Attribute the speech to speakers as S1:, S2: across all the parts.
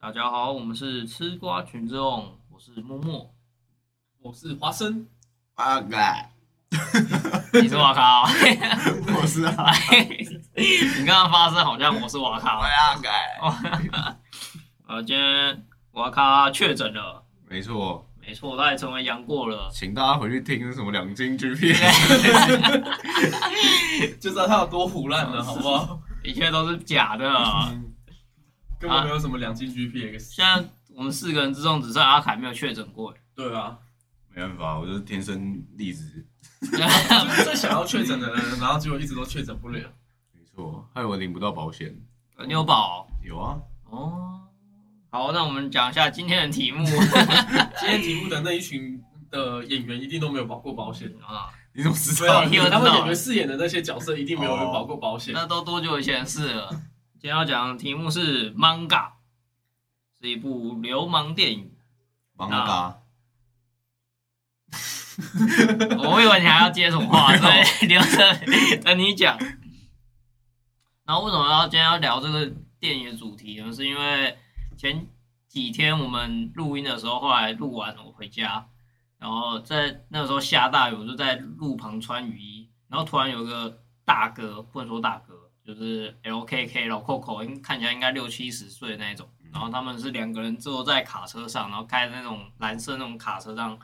S1: 大家好，我们是吃瓜群众，我是默默，
S2: 我是华生，
S3: 阿改，
S1: 你是瓦卡哦，
S3: 我是啊阿
S1: 你刚刚发声好像我是瓦卡哦。
S3: 阿改，
S1: 呃，今天瓦卡确诊了，
S3: 没错，
S1: 没错，他也成为杨过了。
S3: 请大家回去听什么两金 G P，
S2: 就知道他有多胡乱了，好啊不好？
S1: 一切啊都是假的。
S2: 根本没有什么两金 GP 的。
S1: 现在我们四个人之中，只剩阿凯没有确诊过。
S2: 对啊，
S3: 没办法，我就是天生丽质，
S2: 就是最想要确诊的人，然后结果一直都确诊不 了。
S3: 没错，害我领不到保险，
S1: 呃你有宝
S3: 有啊，
S1: 哦。好，那我们讲一下今天的题目
S2: 今天题目的那一群的演员一定都没有保过保险，
S1: 啊，
S3: 你怎么 知
S2: 对
S3: 道
S2: 啊
S1: 你有知道，
S2: 他们演员饰演的那些角色一定没有人保过保险。
S1: 那都多久以前的事了？今天要讲的题目是 manga，是一部流氓电影。
S3: 忙了吧？
S1: 我以为你还要接什么话，所以留着等你讲。然后为什么要今天要聊这个电影的主题呢？是因为前几天我们录音的时候，后来录完我回家，然后在那个时候下大雨，我就在路旁穿雨衣，然后突然有个大哥，不能说大哥，就是 LKK 老 Coco，应看起来应该六七十岁的那一种。然后他们是两个人坐在卡车上，然后开那种蓝色那种卡车上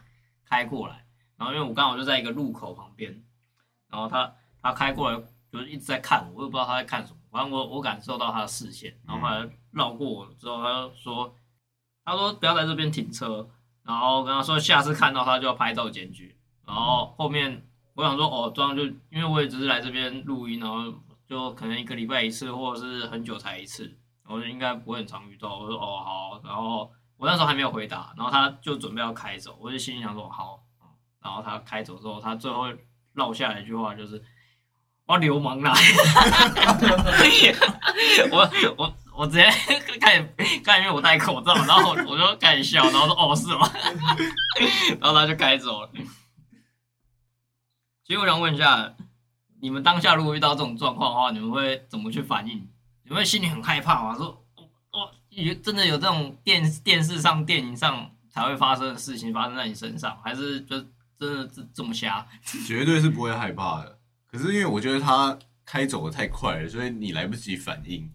S1: 开过来。然后因为我刚好就在一个路口旁边，然后他他开过来就是一直在看我，我也不知道他在看什么，反正我我感受到他的视线，然后后来绕过我之后，他就说，他说不要在这边停车，然后跟他说下次看到他就要拍照检举，然后后面我想说哦，这样就因为我也只是来这边录音，然后就可能一个礼拜一次或者是很久才一次，我就应该不会很常遇到，我说哦好，然后我那时候还没有回答，然后他就准备要开走，我就心里想说好。然后他开走之后，他最后落下来一句话就是：“我流氓啦！”我我我直接开始，开始因为我戴口罩，然后我我就开始笑，然后说：“哦，是吗？” 然后他就开走了。其实我想问一下，你们当下如果遇到这种状况的话，你们会怎么去反应？你们会心里很害怕吗？说：“哦，哦有真的有这种电电视上、电影上才会发生的事情发生在你身上，还是就真的这这么瞎？
S3: 绝对是不会害怕的。可是因为我觉得他开走的太快了，所以你来不及反应。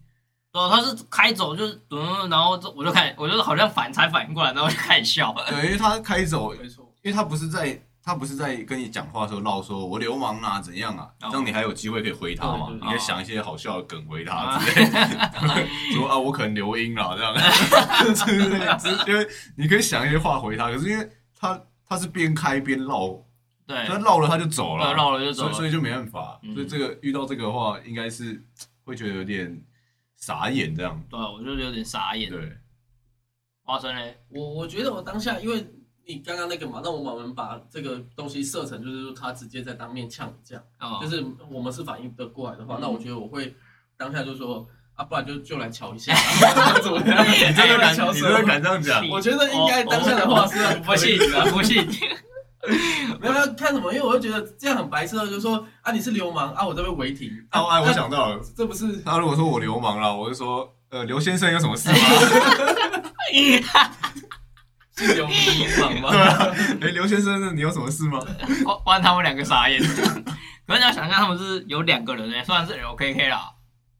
S1: 对、啊，他是开走就是嗯，然后我就开，我就好像反才反应过来，然后就开始笑。
S3: 对，因为他开走，因
S2: 没错，
S3: 为他不是在他不是在跟你讲话的时候唠说“我流氓啊，怎样啊”，
S1: 哦
S3: 这样你还有机会可以回他嘛？
S2: 对对对
S3: 你可以想一些好笑的梗回他
S1: 啊
S3: 之类的， 说啊，我可能留音了这样， 之类的就是因为你可以想一些话回他，可是因为他他是边开边唠，
S1: 对，
S3: 他唠了他就走了，
S1: 对绕了就走
S3: 所以
S1: 了。
S3: 所以就没办法，
S1: 嗯
S3: 所以这个遇到这个的话，应该是会觉得有点傻眼这样，
S1: 对，我就有点傻眼。
S3: 对，
S1: 花生嘞，
S2: 我我觉得我当下因为你刚刚那个嘛，那我们把这个东西设成就是说他直接在当面呛你这样。
S1: 哦，
S2: 就是我们是反应得过来的话，
S1: 嗯
S2: 那我觉得我会当下就说啊，不然就就来瞧一下， 怎么样？你
S3: 真的
S2: 来瞧
S3: 敢， 你
S2: 什
S3: 真的
S2: 么？
S3: 敢这哦样 讲？
S2: 我觉得应该当下的话是
S1: 我我不信， 我不信。
S2: 没有要看什么，因为我就觉得这样很白痴的，就说啊你是流氓啊，我这边违停
S3: 哦，哎，我
S2: 那
S3: 想到了，
S2: 这不是
S3: 他如果说我流氓了，我就说，呃，刘先生有什么事吗？
S2: 是流 氓
S3: 对
S2: 吗？
S3: 啊，哎，刘先生，你有什么事吗？
S1: 换换他们两个傻眼。可是你要想象，他们是有两个人诶，虽然是 LKK 啦，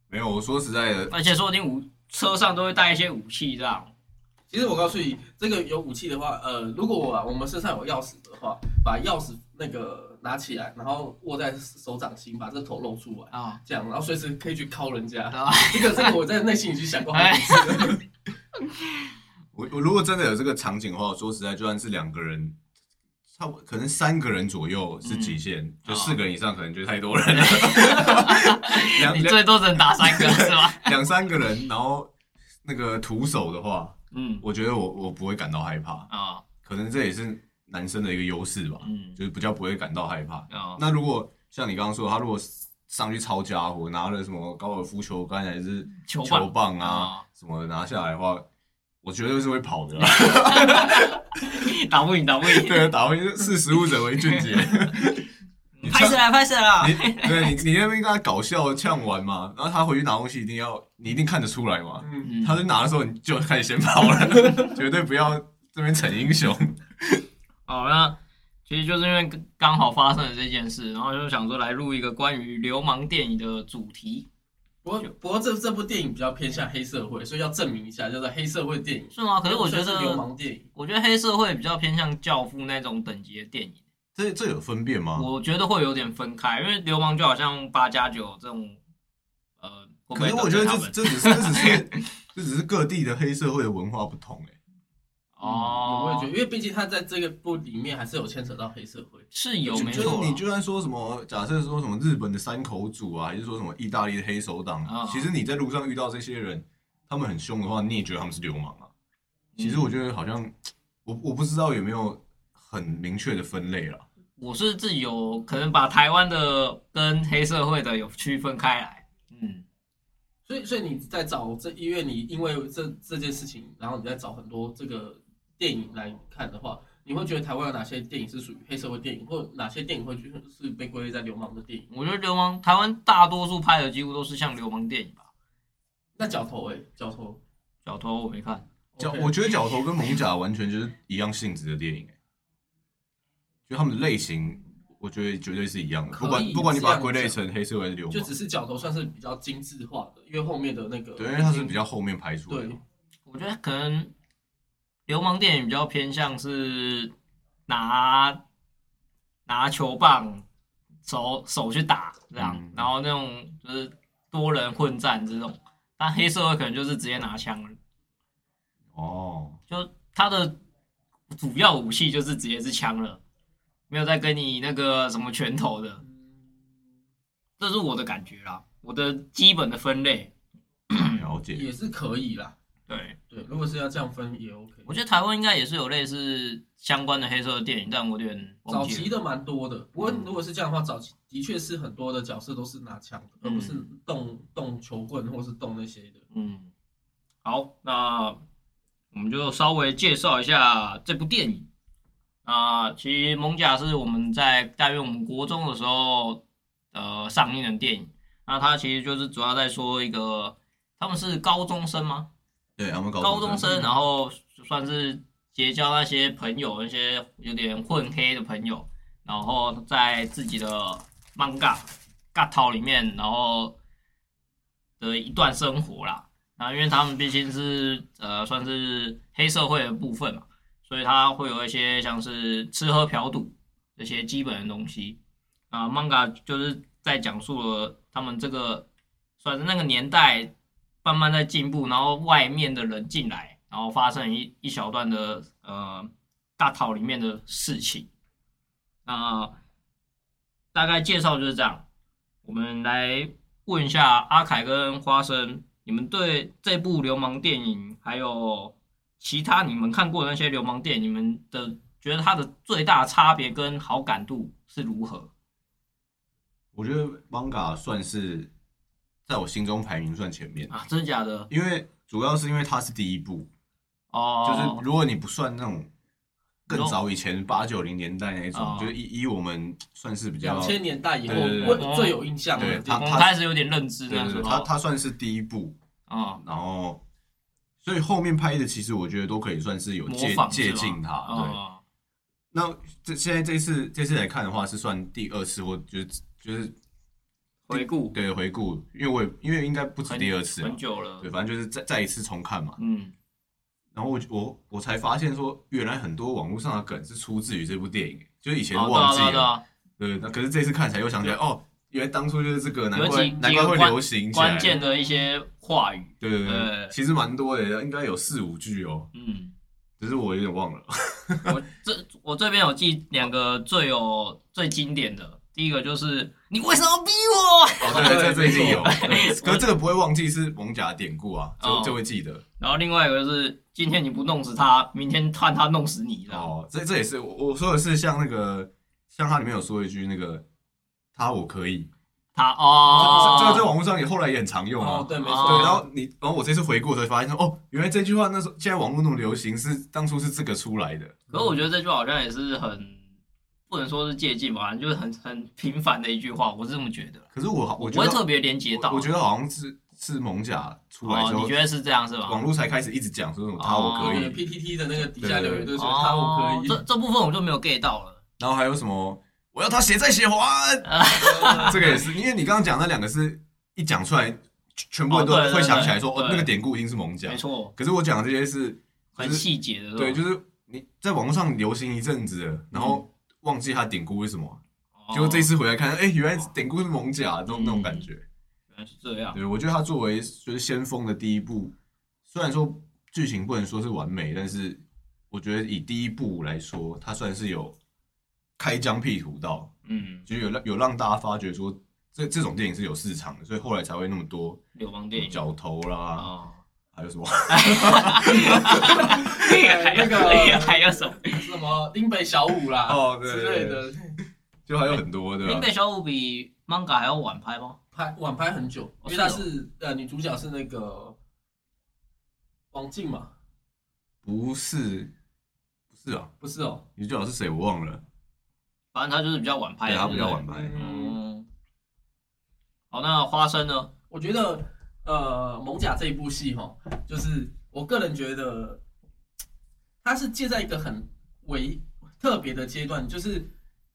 S3: 没有，我说实在的，
S1: 而且说不定武车上都会带一些武器这样。
S2: 其实我告诉你，这个有武器的话，呃，如果我、啊、我们身上有钥匙的话，把钥匙那个拿起来，然后握在手掌心，把这头露出来，
S1: 啊、
S2: 这样，然后随时可以去敲人 家。
S1: 啊
S2: 这个这个我在内心已经想过好
S1: 哎
S2: 几次了。
S3: 我我如果真的有这个场景的话，我说实在，就算是两个人，差不多可能三个人左右是极限，就四个人以上可能就太多人 了。两
S1: 你
S3: 两
S1: 最多只能打三个是吧？
S3: 两三个人，然后那个徒手的话，
S1: 嗯
S3: 我觉得我我不会感到害怕，
S1: 啊
S3: 可能这也是男生的一个优势吧，
S1: 嗯
S3: 就是比较不会感到害怕。
S1: 啊
S3: 那如果像你刚刚说的，他如果上去抄家伙，拿了什么高尔夫球杆还是
S1: 球棒
S3: 球棒啊、
S1: 哦
S3: 什么的拿下来的话，我绝对是会跑的啊 啦。
S1: 打不赢打不赢。
S3: 对，打回去，识时务者为俊杰。你
S1: 拍
S3: 呛
S1: 死了，拍死啊了
S3: 你！对你你那边跟他搞笑呛完嘛，然后他回去拿东西一定要你一定看得出来嘛，
S2: 嗯，
S1: 嗯
S3: 他在拿的时候你就开始先跑 了，绝对不要这边逞英雄。
S1: 好，那其实就是因为刚刚好发生了这件事，然后就想说来录一个关于流氓电影的主题，
S2: 不过不过这这部电影比较偏向黑社会，所以要证明一下，叫做黑社会电影。
S1: 是吗？可是我觉
S2: 不算是流
S1: 得，
S2: 氓电影，
S1: 我觉得黑社会比较偏向教父那种等级的电影，
S3: 这这有分辨吗？
S1: 我觉得会有点分开，因为流氓就好像八加九这种，呃，会不
S3: 可
S1: 会
S3: 是我觉得
S1: 得罪他
S3: 这
S1: 们
S3: 这只是这只是这只是各地的黑社会的文化不同哎、
S1: 哦，
S2: 嗯我也觉得，因为毕竟他在这个部里面还是有牵扯到黑社会。
S1: 是有
S3: 就
S1: 没
S3: 就是
S1: 错啦，
S3: 你就算说什么，假设说什么日本的山口组啊，还是说什么意大利的黑手党，
S1: 啊
S3: 其实你在路上遇到这些人，他们很凶的话，你也觉得他们是流氓啊。
S1: 嗯
S3: 其实
S2: 嗯
S3: 我觉得好像我我不知道有没有很明确的分类了。
S1: 我是自己有可能把台湾的跟黑社会的有区分开来，嗯，
S2: 所以，所以你在找这，因为你因为这这件事情，然后你在找很多这个电影来看的话，你会觉得台湾有哪些电影是属于黑社会电影，或哪些电影会去是被归类在流氓的电影？
S1: 我觉得流氓台湾大多数拍的几乎都是像流氓电影吧，
S2: 那角头哎、角头，
S1: 小偷我没看，
S3: 角
S2: OK
S3: 我觉得角头跟猛甲完全就是一样性质的电影、欸，就他们的类型，我觉得绝对是一样的。
S2: 可以
S3: 不管不管你把它归
S2: 这
S3: 类
S2: 样讲
S3: 成黑社会还是流
S2: 就
S3: 氓，
S2: 只是角头算是比较精致化的，因为后面的那个
S3: 对，因为它是比较后面排出来的
S2: 对。
S1: 我觉得可能流氓电影比较偏向是拿拿球棒手手去打这样，
S3: 嗯
S1: 然后那种就是多人混战这种，但黑社会可能就是直接拿枪了，
S3: 哦，
S1: 就他的主要武器就是直接是枪了，没有再跟你那个什么拳头的，
S2: 嗯
S1: 这是我的感觉啦，我的基本的分类。
S3: 了解。
S2: 也是可以啦。
S1: 对，
S3: 嗯
S2: 对，如果是要这样分也 OK。
S1: 我觉得台湾应该也是有类似相关的黑色电影，但我有点忘
S2: 早
S1: 记
S2: 期
S1: 了。
S2: 的蛮多的，不过
S3: 嗯
S2: 如果是这样的话，早期的确是很多的角色都是拿枪的，而不是
S3: 嗯
S2: 动动球棍或是动那些的。
S1: 嗯，好，那我们就稍微介绍一下这部电影。啊，其实《蒙甲》是我们在大约我们国中的时候，呃，上映的电影。那它其实就是主要在说一个，他们是高中生吗？
S3: 对，他们高
S1: 高中
S3: 生嗯
S1: 生，然后就算是结交那些朋友，那些有点混黑的朋友，然后在自己的 manga 尬套里面，然后的一段生活啦。然后因为他们毕竟是呃算是黑社会的部分嘛，所以他会有一些像是吃喝嫖赌这些基本的东西。啊，manga 就是在讲述了他们这个算是那个年代慢慢在进步，然后外面的人进来，然后发生一一小段的呃大讨里面的事情。那、大概介绍就是这样。我们来问一下阿凯跟花生，你们对这部流氓电影还有其他你们看过的那些流氓电影，你们的觉得它的最大差别跟好感度是如何？
S3: 我觉得 manga 算是在我心中排名算前面，
S1: 啊，真的假的？
S3: 因为主要是因为它是第一部，
S1: 哦，
S3: 就是如果你不算那种更早以前八九零年代那
S1: 哦
S3: 种，就是以以我们算是比较
S2: 两千年代以后，
S3: 对对对
S2: 我最有印象的
S3: 对
S2: 电
S1: 我
S2: 影
S1: 们开始有点认知
S3: 对
S1: 那
S3: 对
S1: 时
S3: 对，
S1: 候，
S3: 它它算是第一部，
S1: 啊，
S3: 然后所以后面拍的其实我觉得都可以算是有
S1: 模
S3: 借
S1: 仿
S3: 借鉴它，对。
S1: 哦
S3: 那这现在这次这次来看的话，是算第二次或就是就是
S1: 回顾
S3: 对回顾，因为我也因为应该不止
S1: 很
S3: 第二次啊
S1: 很，久了
S3: 对，，反正就是再再一次重看嘛。
S1: 嗯，
S3: 然后我我我才发现说，原来很多网络上的梗是出自于这部电影，就是以前
S1: 好，
S3: 忘记
S1: 对啊对
S3: 了，
S1: 啊
S3: 对。那可是这次看起来又想起来，哦，原来当初就是这个，难
S1: 有
S3: 怪
S1: 几
S3: 难怪会
S1: 几个关
S3: 流
S1: 对啊
S3: 行起来
S1: 关键，的一些话语，
S3: 对对
S1: 对
S3: 对，其实蛮多的，应该有四五句哦，
S1: 嗯，
S3: 只是我有点忘了。
S1: 我这我这边有记两个最有最经典的，第一个就是你为什么逼我，
S3: 哦，对，这这已经有，
S1: 没
S3: 对
S1: 错
S3: 可是这个不会忘记是蒙甲的典故啊，
S1: 哦
S3: 就就会记得。
S1: 然后另外一个就是今天你不弄死他，明天看他弄死你，这样，
S3: 哦，这这也是我我说的是像那个，像它里面有说一句那个“他我可以”，
S1: 他
S3: 这个在
S1: 哦，
S3: 网络上也后来也很常用啊
S2: 哦，。对，没
S1: 哦
S2: 错，
S3: 对，然后你，然后我这次回顾的时候发现说，哦，原来这句话那时候现在网络那么流行，是当初是这个出来的。
S1: 可是我觉得这句话好像也是很不能说是借鉴吧，就是很很平凡的一句话，我是这么觉得。
S3: 可是我好，我
S1: 不
S3: 觉
S1: 会
S3: 得
S1: 特别连接到。
S3: 我，我觉得好像是是蒙甲出来
S1: 哦
S3: 之，后
S1: 你，觉得是这样是吧？
S3: 网络才开始一直讲说那种他
S1: 哦
S3: 我可
S2: 那个
S3: 以，
S2: PTT 的那个底下留言都是他
S1: 哦
S2: 我，可以，
S1: 这这部分我就没有 get 到了。
S3: 然后还有什么我要他血债 血还，
S2: 呃
S3: 这个也是，因为你刚刚讲那两个是一讲出来，全部人都
S1: 哦对对
S3: 会想起来说，
S1: 对
S3: 哦，那个典故一定是蒙甲
S1: 没。错，
S3: 可是我讲的这些是，
S1: 很细节的，
S3: 啊对，就是是你在网络上流行一阵子了，
S1: 嗯
S3: 然后忘记它典故是什么，
S1: 吧
S3: 结果这次回来看，哎，原来典故是蒙甲，那种那种
S1: 嗯
S3: 感觉。
S1: 原来是这样。
S3: 对，我觉得它作为就是先锋的第一步，虽然说剧情不能说是完美，但是我觉得以第一步来说，它算是有开疆辟土到，
S1: 嗯，
S3: 就是有让有让大家发觉说这这种电影是有市场的，所以后来才会那么多
S1: 流氓电影
S3: 角头啦，
S1: 哦，
S3: 还有什 么
S1: 还有
S2: 那个
S1: 还有什么？
S2: 什么林北小五啦
S3: 哦对
S2: 之
S3: 对
S2: 类
S3: 对
S2: 的，
S3: 就还有很多对啊
S1: 林
S3: 吧？
S1: 北小五比 manga 还要晚拍吗？
S2: 拍晚拍很久，
S1: 哦
S2: 因为他
S1: 是
S2: 是呃女主角是那个王静嘛，
S3: 不是，不是啊，
S2: 不是哦，
S3: 女主角是谁我忘了，
S1: 反正他就是比较晚拍
S3: 对，
S1: 的，
S3: 她比较
S1: 哎对不对
S3: 晚拍。
S2: 嗯，
S1: 嗯，好，那花生呢？
S2: 我觉得呃《蒙甲》这一部戏哈，就是我个人觉得，它是借在一个很为特别的阶段，就是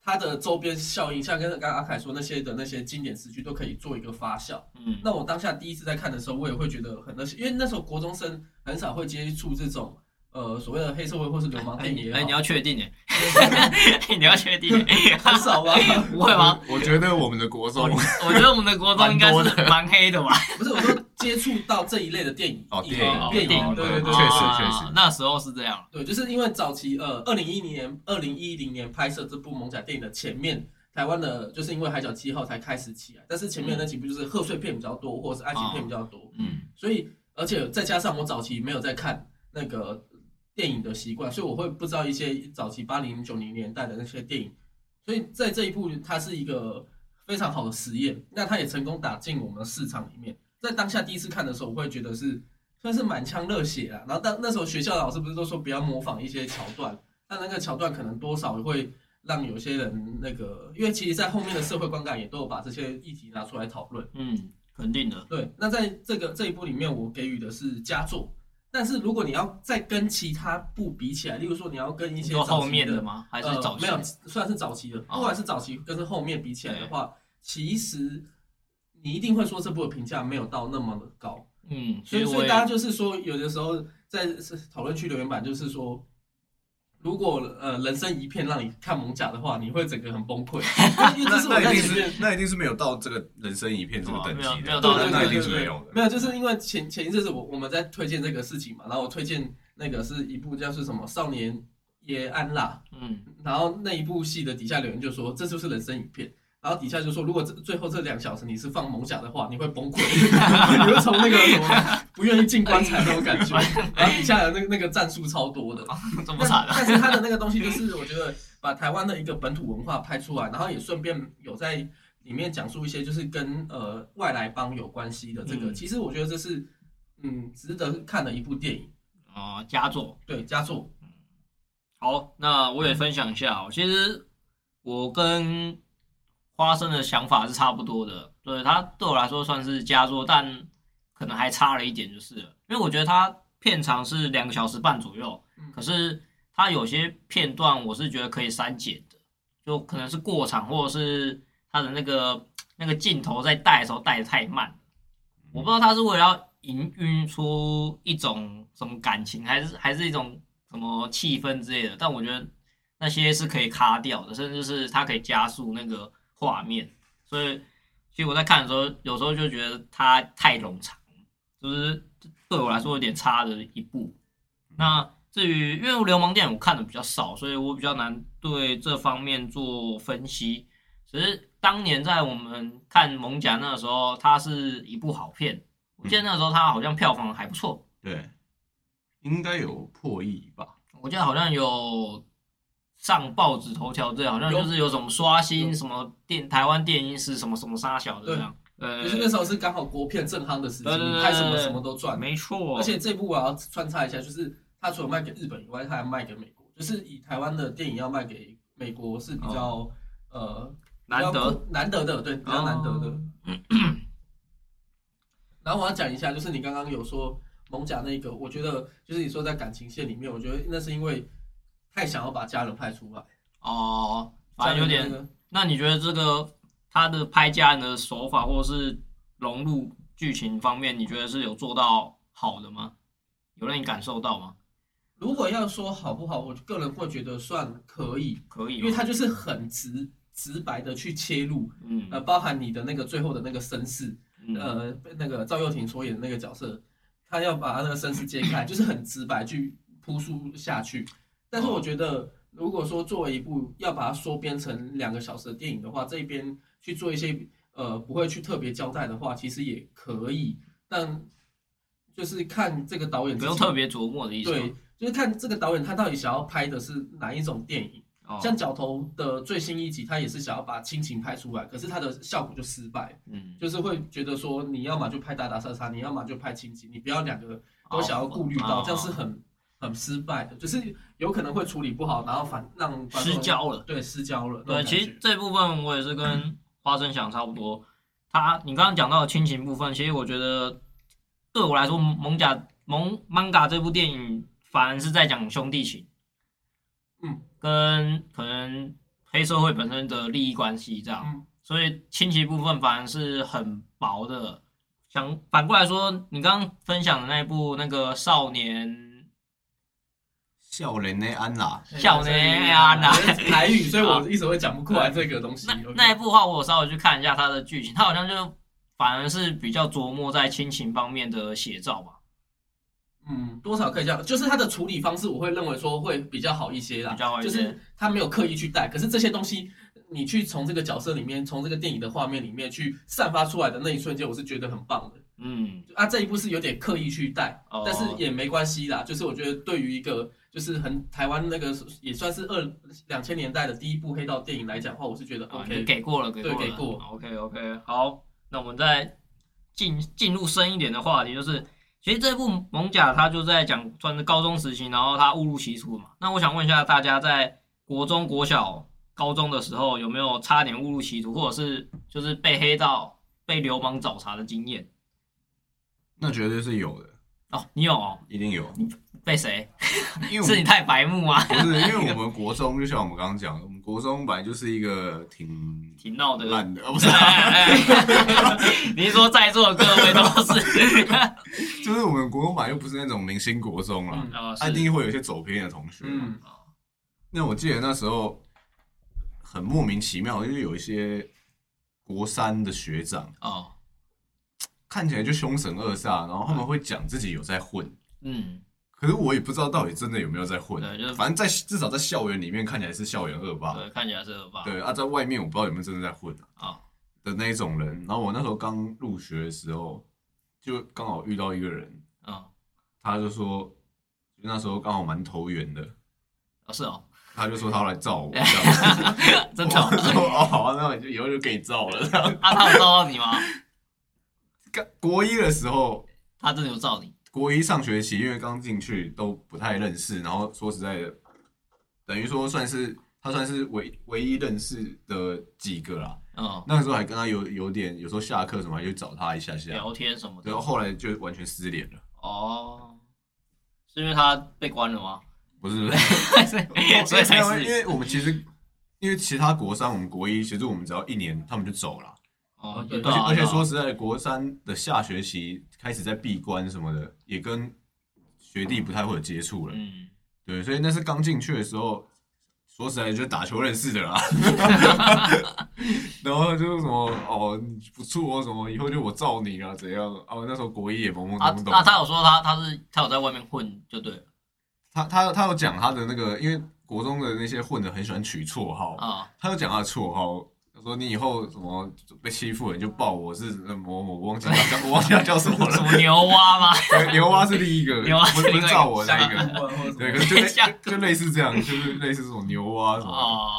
S2: 它的周边效应，像跟刚刚阿凯说那些的那些经典词句都可以做一个发酵。
S1: 嗯，
S2: 那我当下第一次在看的时候，我也会觉得很那些，因为那时候国中生很少会接触这种呃所谓的黑社会或是流氓
S1: 哎
S2: 电影
S1: 你
S2: 也
S1: 哎，你
S2: 好，
S1: 要确定 哎，你要确定哎，
S2: 很少吧？
S1: 不会吗？
S3: 我觉得我们的国中
S1: 我觉得我们的国中应该
S3: 蛮
S1: 是
S3: 多的
S1: 蛮黑的吧？
S2: 不是，我说接触到这一类的电影，
S3: 哦
S2: 以及
S3: 电
S1: 影
S2: 电
S1: 电
S2: 影，
S1: 影
S2: 对对对，
S3: 确实
S1: 啊
S3: 确实
S1: 那时候是这样。
S2: 对，就是因为早期呃，二零一零年、二零一零年拍摄这部蒙甲电影的前面，台湾的就是因为《海角七号》才开始起来，但是前面的那几部就是贺岁片比较多，或者是爱情片比较多，
S1: 嗯，
S2: 所以而且再加上我早期没有在看那个电影的习惯，所以我会不知道一些早期八零九零年代的那些电影，所以在这一部它是一个非常好的实验，那它也成功打进我们的市场里面。在当下第一次看的时候，我会觉得是算是满腔热血啦。然后当那时候学校老师不是都说不要模仿一些桥段，但那个桥段可能多少会让有些人那个，因为其实在后面的社会观感也都有把这些议题拿出来讨论。
S1: 嗯，肯定的。
S2: 对，那在这个这一部里面，我给予的是佳作。但是如果你要再跟其他部比起来，例如说你要跟一
S1: 你
S2: 些
S1: 说
S2: 早期
S1: 后面
S2: 的
S1: 的吗？还是早期？
S2: 呃、没有，算是早期的。
S1: 哦
S2: 不管是早期跟后面比起来的话，其实你一定会说这部的评价没有到那么的高。
S1: 嗯，
S2: 所以，
S1: 我
S2: 所以
S1: 也
S2: 大家就是说，有的时候在讨论区留言板，就是说，如果呃人生一片让你看蒙甲的话，你会整个很崩 溃，因为这
S3: 那
S2: 是我哦
S3: 那
S2: 在
S3: 一定
S2: 前面
S3: 是那一定是没有到这个人生一片这个等级
S1: 没有没有
S3: 的，
S1: 到
S3: 那
S1: 那个
S3: 啊那一定
S2: 对
S3: 是
S2: 对
S3: 没有的。
S2: 没有，就是因为前前一阵子我我们在推荐这个事情嘛，然后我推荐那个是一部叫是什么《少年耶安娜
S1: 嗯》，
S2: 然后那一部戏的底下留言就说这就是人生影片，然后底下就说如果这最后这两小时你是放蒙甲的话，你会崩溃， 你会从那个什么不愿意进棺材那种感觉，然后底下的那个那个战术超多的，
S1: 这 么惨啊！
S2: 但是他的那个 东西就是，我觉得把台湾的一个本土文化拍出来，然后也顺便有在里面讲述一些就是跟呃外来帮有关系的这个，
S1: 嗯
S2: 其实我觉得这是嗯值得看的一部电影。
S1: 哦，佳作。
S2: 对，佳作
S1: 好，那我也分享一下哦。其实我跟花生的想法是差不多的，对他对我来说算是佳作，但可能还差了一点，就是了因为我觉得它片长是两个小时半左右，
S2: 嗯
S1: 可是它有些片段我是觉得可以删减的，就可能是过场或者是它的那个那个镜头在带的时候带的太慢了，我不知道他是为了要营运出一种什么感情，还是还是一种什么气氛之类的，但我觉得那些是可以卡掉的，甚至是它可以加速那个画面，所以其实我在看的时候，有时候就觉得它太冗长，就是对我来说有点差的一步。那至于因为流氓电影我看的比较少，所以我比较难对这方面做分析。只是当年在我们看《蒙甲》那个时候，它是一部好片，我记得那个时候它好像票房还不错，
S3: 对，应该有破亿吧？
S1: 我记得好像有上报纸头条，这好像就是有什么刷新什么电台湾电影史什么什么沙小的这样，呃
S2: 就是那时候是刚好国片正夯的时期，
S1: 对对对
S2: 你拍什么什么都赚。
S1: 没错，
S2: 而且这部我要穿插一下，就是它除了卖给日本以外，它还卖给美国，就是以台湾的电影要卖给美国是比较、呃
S1: 哦难
S2: 比较
S1: 得
S2: 不难得的，对，比较难得的。
S1: 哦
S2: 然后我要讲一下，就是你刚刚有说蒙甲那一个，我觉得就是你说在感情线里面，我觉得那是因为太想要把家人派出来，
S1: 哦，反正有
S2: 家人
S1: 点。
S2: 那个
S1: 那你觉得这个他的拍家人的手法，或是融入剧情方面，你觉得是有做到好的吗？有让你感受到吗？
S2: 如果要说好不好，我个人会觉得算可以，
S1: 可以
S2: 因
S1: 吗，
S2: 为他就是很直直白的去切入，
S1: 嗯
S2: 呃，包含你的那个最后的那个身世，
S1: 嗯
S2: 呃，那个赵又廷所演的那个角色，他要把他那个身世揭开，就是很直白去铺述下去。但
S1: 哦
S2: 是我觉得，如果说作为一部要把它缩编成两个小时的电影的话，这边去做一些呃不会去特别交代的话，其实也可以，但就是看这个导演
S1: 不
S2: 自己
S1: 用特别琢磨的意思吗。
S2: 对，就是看这个导演他到底想要拍的是哪一种电影。
S1: 哦，
S2: 像角头的最新一集，他也是想要把亲情拍出来，可是他的效果就失败，
S1: 嗯，
S2: 就是会觉得说，你要么就拍打打杀杀，你要么就拍亲情，你不要两个都想要顾虑到，
S1: 哦
S2: 这样是很很失败的，就是有可能会处理不好，然后反让观众
S1: 失，焦了。
S2: 对，失焦了。那
S1: 对，
S2: 种
S1: 其
S2: 感
S1: 实
S2: 觉
S1: 这部分我也是跟花生想差不多。他，你刚刚讲到的亲情部分，其实我觉得对我来说，《蒙甲蒙 manga》这部电影反而是在讲兄弟情，
S2: 嗯，
S1: 跟可能黑社会本身的利益关系这样，
S2: 嗯
S1: 所以亲戚部分反而是很薄的。想反过来说，你刚刚分享的那一部那个少年，
S3: 笑人呢安啦，
S1: 笑呢啊 那
S2: 台语，所以我一直会讲不过来这个东西
S1: 那。
S2: OK
S1: 那一部话，我有稍微去看一下它的剧情，它好像就反而是比较琢磨在亲情方面的写照吧，
S2: 嗯，多少可以这样，就是他的处理方式，我会认为说会比较好一些啦，
S1: 比较好一些
S2: 就是他没有刻意去带，可是这些东西，你去从这个角色里面，从这个电影的画面里面去散发出来的那一瞬间，我是觉得很棒的。
S1: 嗯，
S2: 就啊，这一部是有点刻意去带，
S1: 哦
S2: 但是也没关系啦。就是我觉得对于一个就是很台湾那个也算是二两千年代的第一部黑道电影来讲的话，我是觉得
S1: 啊
S2: OK
S1: 你给过了，给过了，
S2: 对给过
S1: OK OK，好，那我们再进进入深一点的话题，就是其实这部《蒙甲》它就在讲算是高中时期，然后他误入歧途嘛。那我想问一下大家，在国中、国小、高中的时候，有没有差点误入歧途，或者是就是被黑道、被流氓找茬的经验？
S3: 那绝对是有的，
S1: 哦，你有哦？
S3: 一定有。
S1: 被谁？
S3: 因为我
S1: 是你
S3: 们
S1: 太白目啊吗？
S3: 不是因为我们国中，就像我们刚刚讲，的，我们国中本来就是一个挺
S1: 挺闹的。
S3: 烂的，哦不是
S1: 哎， 哎哎 你是说在座的各位都 是？
S3: 就是我们国中本来就不是那种明星国中啦，
S2: 嗯
S1: 哦，
S3: 一
S1: 是
S3: 定会有一些走偏的同学。啊
S2: 嗯，
S3: 那我记得那时候很莫名其妙，就是有一些国三的学长
S1: 哦，
S3: 看起来就凶神恶煞，然后他们会讲自己有在混，
S1: 嗯。
S3: 可是我也不知道到底真的有没有在混。
S1: 对就是
S3: 反正在至少在校园里面看起来是校园恶霸，
S1: 对，看起来是恶霸。
S3: 对啊，在外面我不知道有没有真的在混啊、
S1: 啊，
S3: 的那一种人。然后我那时候刚入学的时候，就刚好遇到一个人，
S1: 嗯，
S3: 他就说，就那时候刚好蛮投缘的，
S1: 哦是哦，
S3: 他就说他要来照我，这样子
S1: 真 的哦。
S3: 我说哦好、啊，那我就以后就给你照了。这样
S1: 啊，他有照到你吗？
S3: 刚国一的时候，
S1: 他真的有照你。
S3: 国一上学期，因为刚进去都不太认识，然后说实在的，等于说算是他算是唯唯一认识的几个啦。
S1: 嗯，
S3: 那个时候还跟他有有点，有时候下课什么还去找他一下下，
S1: 聊天什么的
S3: 啊然后。后来就完全失联了。
S1: 哦，是因为他被关了 吗？
S3: 不是，不哦是
S1: 所以才
S3: 因
S1: 是。
S3: 为我们其实因为其他国三，我们国一其实我们只要一年，他们就走了。
S1: 哦，
S2: 对
S1: 对啊
S3: 而且
S1: 对
S3: 而
S1: 啊
S3: 且说实在，国三的下学期开始在闭关什么的，也跟学弟不太会有接触了。
S1: 嗯，
S3: 对，所以那是刚进去的时候，说实在就是打球认识 的啦。然后就是什么哦，你不错哦，什么以后就我罩你啊，怎样？哦，那时候国一也懵懵
S1: 啊
S3: 懂懂。
S1: 啊，他有说他他是他有在外面混就对了
S3: 他他他有讲他的那个，因为国中的那些混的很喜欢取绰号，
S1: 啊。
S3: 他有讲他的绰号。他说你以后什么被欺负了你就报我是呃某某，我忘记他叫我忘记他叫什么
S1: 什
S3: 了。
S1: 么牛蛙 吗？
S3: 对牛蛙是第一个，
S1: 牛蛙
S3: 不
S1: 是
S3: 是不
S1: 另外一
S3: 是
S1: 个
S3: 照我那
S2: 下
S3: 一
S2: 一
S3: 个，
S2: 部啊或者什
S3: 对，
S2: 么
S3: 可 是就类
S1: 吓
S3: 就就类似这样，就是类似这种牛蛙什么的。
S1: 哦，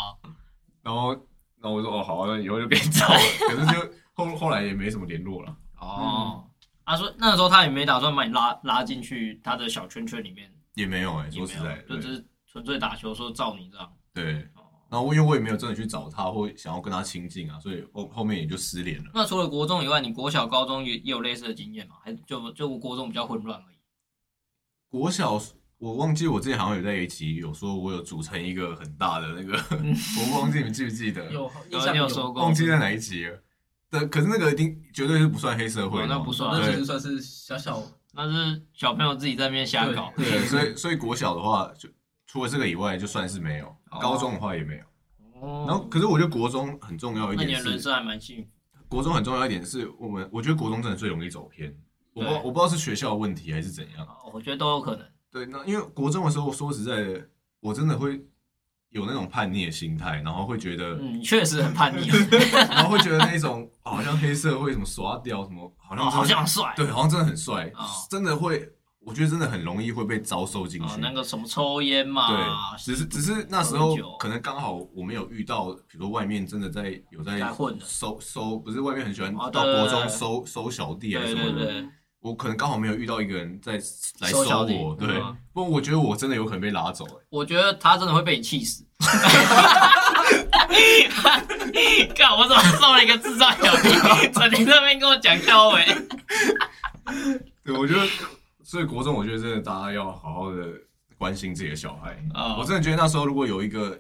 S3: 然后，然后我说哦好、啊，那以后就给你找了。可是就后后来也没什么联络了。
S1: 哦，他说那个时候他也没打算把你拉拉进去他的小圈圈里面，
S3: 也没有哎、
S1: 也
S3: 说
S1: 没
S3: 实在
S1: 有，
S3: 的，
S1: 就只
S3: 对
S1: 是纯粹打球说照你这样。
S3: 对，
S1: 哦，
S3: 然后因为我也没有真的去找他或想要跟他亲近啊，所以后后面也就失联了。
S1: 那除了国中以外，你国小、高中也也有类似的经验吗？还就就国中比较混乱而已。
S3: 国小我忘记我之前好像有在一期有说我有组成一个很大的那个， 我忘记你们记不记得？
S2: 有印
S1: 嗯有
S2: 象
S1: 你有说过？
S3: 忘记在哪一集了。对，可是那个一定绝对是不算黑社会
S1: 哦
S3: 嘛，
S1: 那不算
S2: 那其
S3: 对
S2: 实算是小小
S1: 那是小朋友自己在那边瞎搞。
S3: 对，所以所以国小的话，就除了这个以外，就算是没有。
S1: 哦
S3: 高中的话也没有。然后，
S1: 哦，
S3: 可是我觉得国中很重要一
S1: 那你
S3: 点
S1: 的人
S3: 是，
S1: 生还蛮幸福。
S3: 国中很重要一点是我们，我觉得国中真的最容易走偏。我不知道
S1: 对
S3: 我不知道是学校的问题还是怎样。
S1: 哦我觉得都有可能。
S3: 对，那因为国中的时候，说实在的，我真的会有那种叛逆的心态，然后会觉得，
S1: 嗯，确实很叛 逆啊，
S3: 然后会觉得那种哦好像黑社会什么刷掉什么，好像
S1: 哦
S3: 真的
S1: 好像很帅。
S3: 对，好像真的很帅
S1: 哦，
S3: 真的会，我觉得真的很容易会被招收进
S1: 哦
S3: 去，
S1: 那。个什么抽烟嘛
S3: 对，，只是只是那时候
S1: 啊喝酒
S3: 可能刚好我们有遇到，比如说外面真的在有在
S1: 在混的
S3: 收收，不是外面很喜欢
S1: 哦
S3: 到
S1: 对对
S3: 国
S1: 对
S3: 中收收小弟还是
S1: 对
S3: 什
S1: 对
S3: 么的，
S1: 对，
S3: 我可能刚好没有遇到一个人在来
S1: 收小
S3: 收
S1: 弟
S3: 我，对
S1: 嗯，
S3: 不然我觉得我真的有可能被拉走，欸
S1: 我觉得他真的会被你气死。看我怎么受了一个智障小弟，整天在那边跟我讲笑话。
S3: 对，我觉得，所以国中我觉得真的大家要好好的关心自己的小孩。
S1: 哦
S3: 我真的觉得那时候如果有一个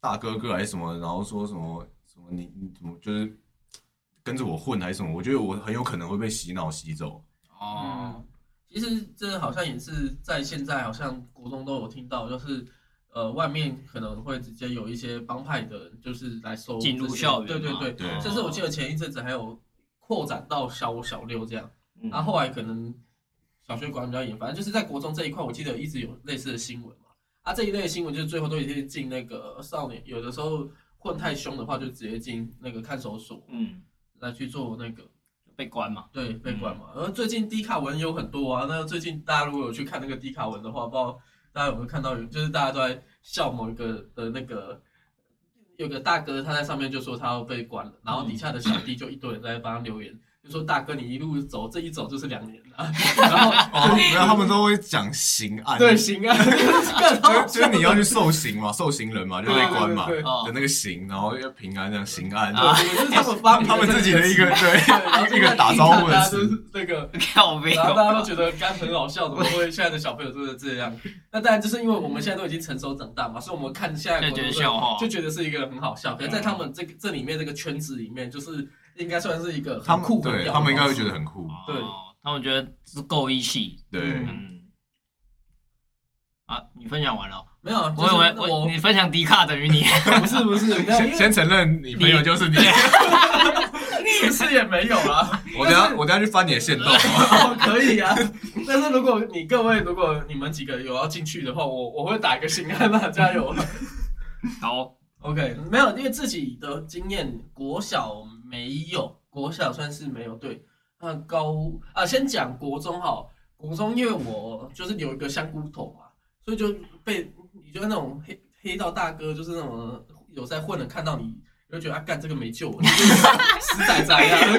S3: 大哥哥还是什么，然后说什么什么你你怎么就是跟着我混还是什么，我觉得我很有可能会被洗脑洗走。
S1: 哦，
S2: 嗯，其实这好像也是在现在，好像国中都有听到，就是呃，外面可能会直接有一些帮派的人，就是来收
S1: 进入
S2: 这些
S1: 校园
S2: 对对
S1: 嘛
S2: 对，
S3: 对
S2: 甚至我记得前一阵子还有扩展到小五、小六这样，
S1: 嗯
S2: 然后后来可能小学管比较严，反正就是在国中这一块，我记得一直有类似的新闻嘛。啊，这一类的新闻就是最后都已经进那个少年，有的时候混太凶的话，就直接进那个看守所
S1: 嗯，
S2: 来去做那个
S1: 被关嘛。
S2: 对，
S3: 嗯
S2: 被关嘛。而最近低卡文有很多啊，那最近大家如果有去看那个低卡文的话，不知道大家有没有看到有，就是大家都在笑某一个的那个，有个大哥他在上面就说他要被关了，然后底下的小弟就一堆人在帮他留言，就说大哥你一路走，这一走就是两年啊，然后
S3: 哦，然后他们都会讲刑案，
S2: 对，
S3: 就
S2: 行啊，干好
S3: 是就是你要去受刑嘛，受刑人嘛，就被关嘛
S2: 哦对对对
S1: 对
S3: 的那个刑，然后要平安这样刑案，
S1: 啊
S2: 对就是他们发明的
S3: 他们自己的一 个
S2: 对，然后
S3: 对一个打招呼
S2: 大
S3: 的
S2: 家就是
S3: 词，
S2: 那个。
S1: 靠背哦
S2: 然后大家都觉得干很好笑，怎么会现在的小朋友都是 这样？那当然就是因为我们现在都已经成熟长大嘛，所以我们看现在的
S1: 就觉
S2: 国中
S1: 得
S2: 生
S1: 笑话
S2: 就。觉得是一个很好笑。可
S3: 嗯
S2: 是，在他们这个这里面这个圈子里面，就是应该算是一个
S3: 他
S2: 很
S3: 们
S2: 酷很
S3: 对
S2: 屌的
S3: 他们应该会
S2: 方式
S3: 觉得很酷，
S2: 对
S1: 哦，他们觉得是够义气。
S3: 对
S2: 嗯。
S1: 嗯。啊，你分享完了，
S2: 没有，
S1: 我以为
S2: 就是
S1: 我你分享迪卡等于你，
S2: 我不是不 是，没有
S3: 先
S2: 因为
S3: 先承认你朋友就是你，
S2: 其实也没有 啦，
S3: 我等下我等下去翻你的线动。
S2: 哦可以啊。但是如果你各位如果你们几个有要进去的话，我我会打一个 心安啦，加油。
S1: 好，
S2: OK，没有，因为自己的经验，国小没有，国小算是没有对。那高啊，先讲国中好，国中因为我就是有一个香菇头嘛，所以就被你就那种黑黑道大哥，就是那种有在混的，看到你就觉得啊，干这个没救了，你就是死仔仔 啊，那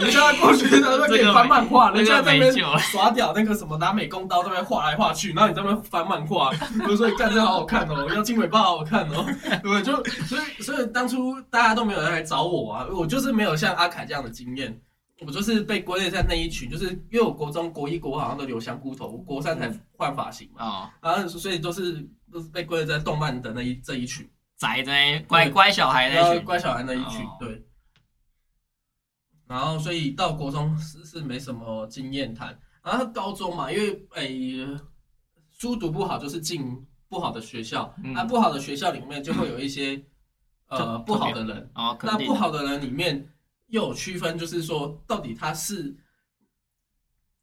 S2: 个你叫他过去，他说给你翻漫画，人
S1: 这
S2: 家
S1: 个
S2: 在那
S1: 没
S2: 边
S1: 救了。
S2: 耍屌那个什么拿美工刀在那边画来画去，然后你在那边翻漫画， 我就说干这好好看哦，要金尾巴好好看哦， 对，就所以所以当初大家都没有人来找我啊，我就是没有像阿凯这样的经验，我就是被归类在那一群，就是因为我国中国一国好像都留香菇头，我国三才换发型嘛，
S1: 哦，
S2: 然后所以都是都是被归类在动漫的那一这一群，
S1: 宅的那乖乖小孩
S2: 然
S1: 那
S2: 后
S1: 群，
S2: 乖小孩那一群
S1: 哦，
S2: 对。然后，所以到国中是是没什么经验谈，然后高中嘛，因为诶、书读不好就是进不好的学校，那、
S1: 嗯
S2: 不好的学校里面就会有一些呃
S1: 特
S2: 不好的人，
S1: 哦，肯
S2: 那
S1: 定
S2: 不好的人里面又有区分，就是说到底他是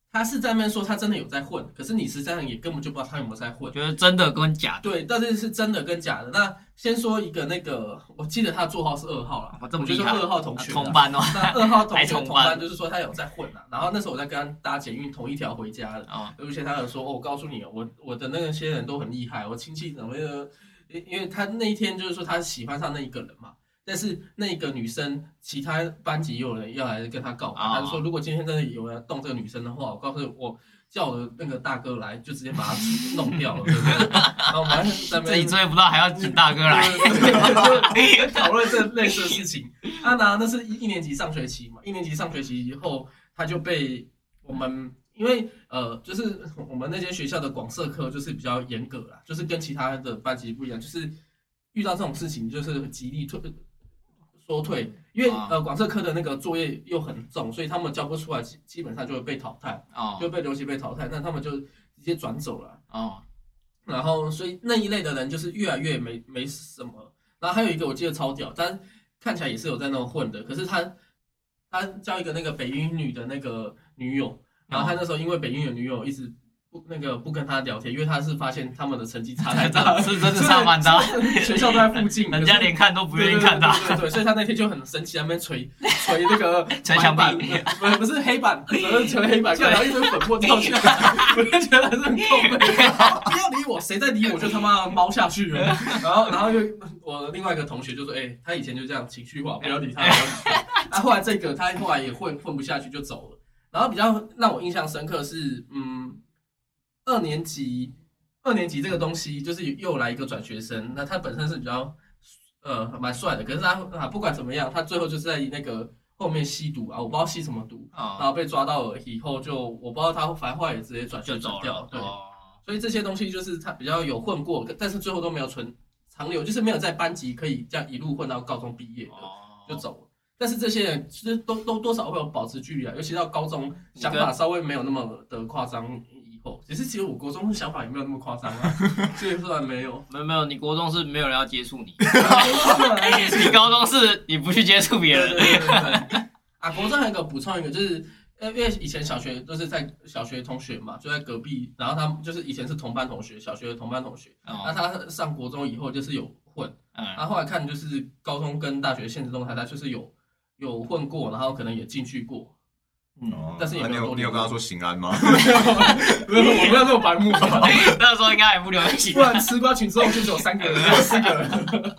S2: 他是在那边说他真的有在混，可是你实际上也根本就不知道他有没有在混
S1: 我。觉得真的跟假的，
S2: 对，但是是真的跟假的。那先说一个那个，我记得他座号是二号啦，
S1: 哇这么
S2: 我就是
S1: 厉害
S2: 二号同学、啊
S1: 同。班哦，
S2: 那二号同
S1: 还
S2: 学
S1: 同
S2: 同
S1: 班
S2: 班，就是说他有在混啊。然后那时候我在跟他搭捷运同一条回家的，
S1: 哦，
S2: 而且他有说，哦我告诉你，我我的那些人都很厉害，我亲戚怎么的，因因为他那一天就是说他喜欢上那一个人嘛。但是那个女生，其他班级也有人要来跟他告白，
S1: 哦
S2: 他就说，如果今天真的有人要动这个女生的话，我告诉你我叫了那个大哥来，就直接把他弄掉了，对不对？ 然后我们还在那
S1: 自己
S2: 边
S1: 追不到还要请大哥来，
S2: 对，就讨论这类似的事情。他拿那是一一年级上学期嘛，一年级上学期以后，他就被我们因为呃，就是我们那间学校的广社科就是比较严格啦，就是跟其他的班级不一样，就是遇到这种事情就是极力退说退，因为
S1: 啊
S2: 呃广社科的那个作业又很重，所以他们交不出来，基基本上就会被淘汰，
S1: 哦
S2: 就被留级被淘汰，那他们就直接转走了。
S1: 哦，，
S2: 然后所以那一类的人就是越来越没没什么。然后还有一个我记得超屌，但看起来也是有在那种混的，可是他他交一个那个北英女的那个女友，然后他那时候因为北英女的女友一直不那个不跟他聊天，因为他是发现他们的成绩差太 大
S1: 是真的上班的，
S2: 学校都在附近，
S1: 人家连看都不愿意看他，
S2: 对对对对对，所以他那天就很生气，在那边捶 捶那个
S1: 捶墙壁
S2: 白板，不是不是黑板，然后 捶黑板，然后一堆粉末掉下来， 我就觉得很痛悲。不要理我，谁再理我就他妈猫下去 了。然后然后就我另外一个同学就说，哎、他以前就这样情绪化，不要 理他。不要理他那后来这个他后来也混混不下去就走了。然后比较让我印象深刻是，嗯，二年级。二年级这个东西就是又来一个转学生，那他本身是比较呃，蛮帅的。可是他啊，不管怎么样，他最后就是在那个后面吸毒啊，我不知道吸什么毒，然
S1: 哦，
S2: 后被抓到了以后就，我不知道他反正后来也直接转学
S1: 就走
S2: 转掉
S1: 了，
S2: 对，
S1: 哦
S2: 所以这些东西就是他比较有混过，但是最后都没有存长留，就是没有在班级可以这样一路混到高中毕业的，
S1: 哦
S2: 就走了。但是这些人其实都都多少会有保持距离啊，尤其到高中
S1: 你
S2: 想
S1: 跟
S2: 法稍微没有那么的夸张以后，只是其实我国中想法也没有那么夸张 啊，所以算没有。
S1: 没有没有，你国中是没有人要接触你，
S2: 对
S1: 哎你高中是你不去接触别
S2: 对
S1: 人，
S2: 对对对。啊，国中还有一个补充一个，就是呃，因为以前小学都是在小学同学嘛，就在隔壁，然后他们就是以前是同班同学，小学的同班同学。那
S1: 哦，
S2: 他上国中以后就是有混，
S1: 嗯，
S2: 然后后来看就是高中跟大学现实中他他就是有有混过，然后可能也进去过。嗯
S3: 哦
S2: 但是也
S3: 啊
S2: 没
S3: 你
S2: 有
S3: 有
S2: 多
S3: 你有
S2: 理
S3: 跟
S2: 由
S3: 他说行安吗？
S2: 不是，我没有那么白目吧，
S1: 那时候应该还不流行
S2: 不，然吃瓜群众就只有三个人，没有四个人。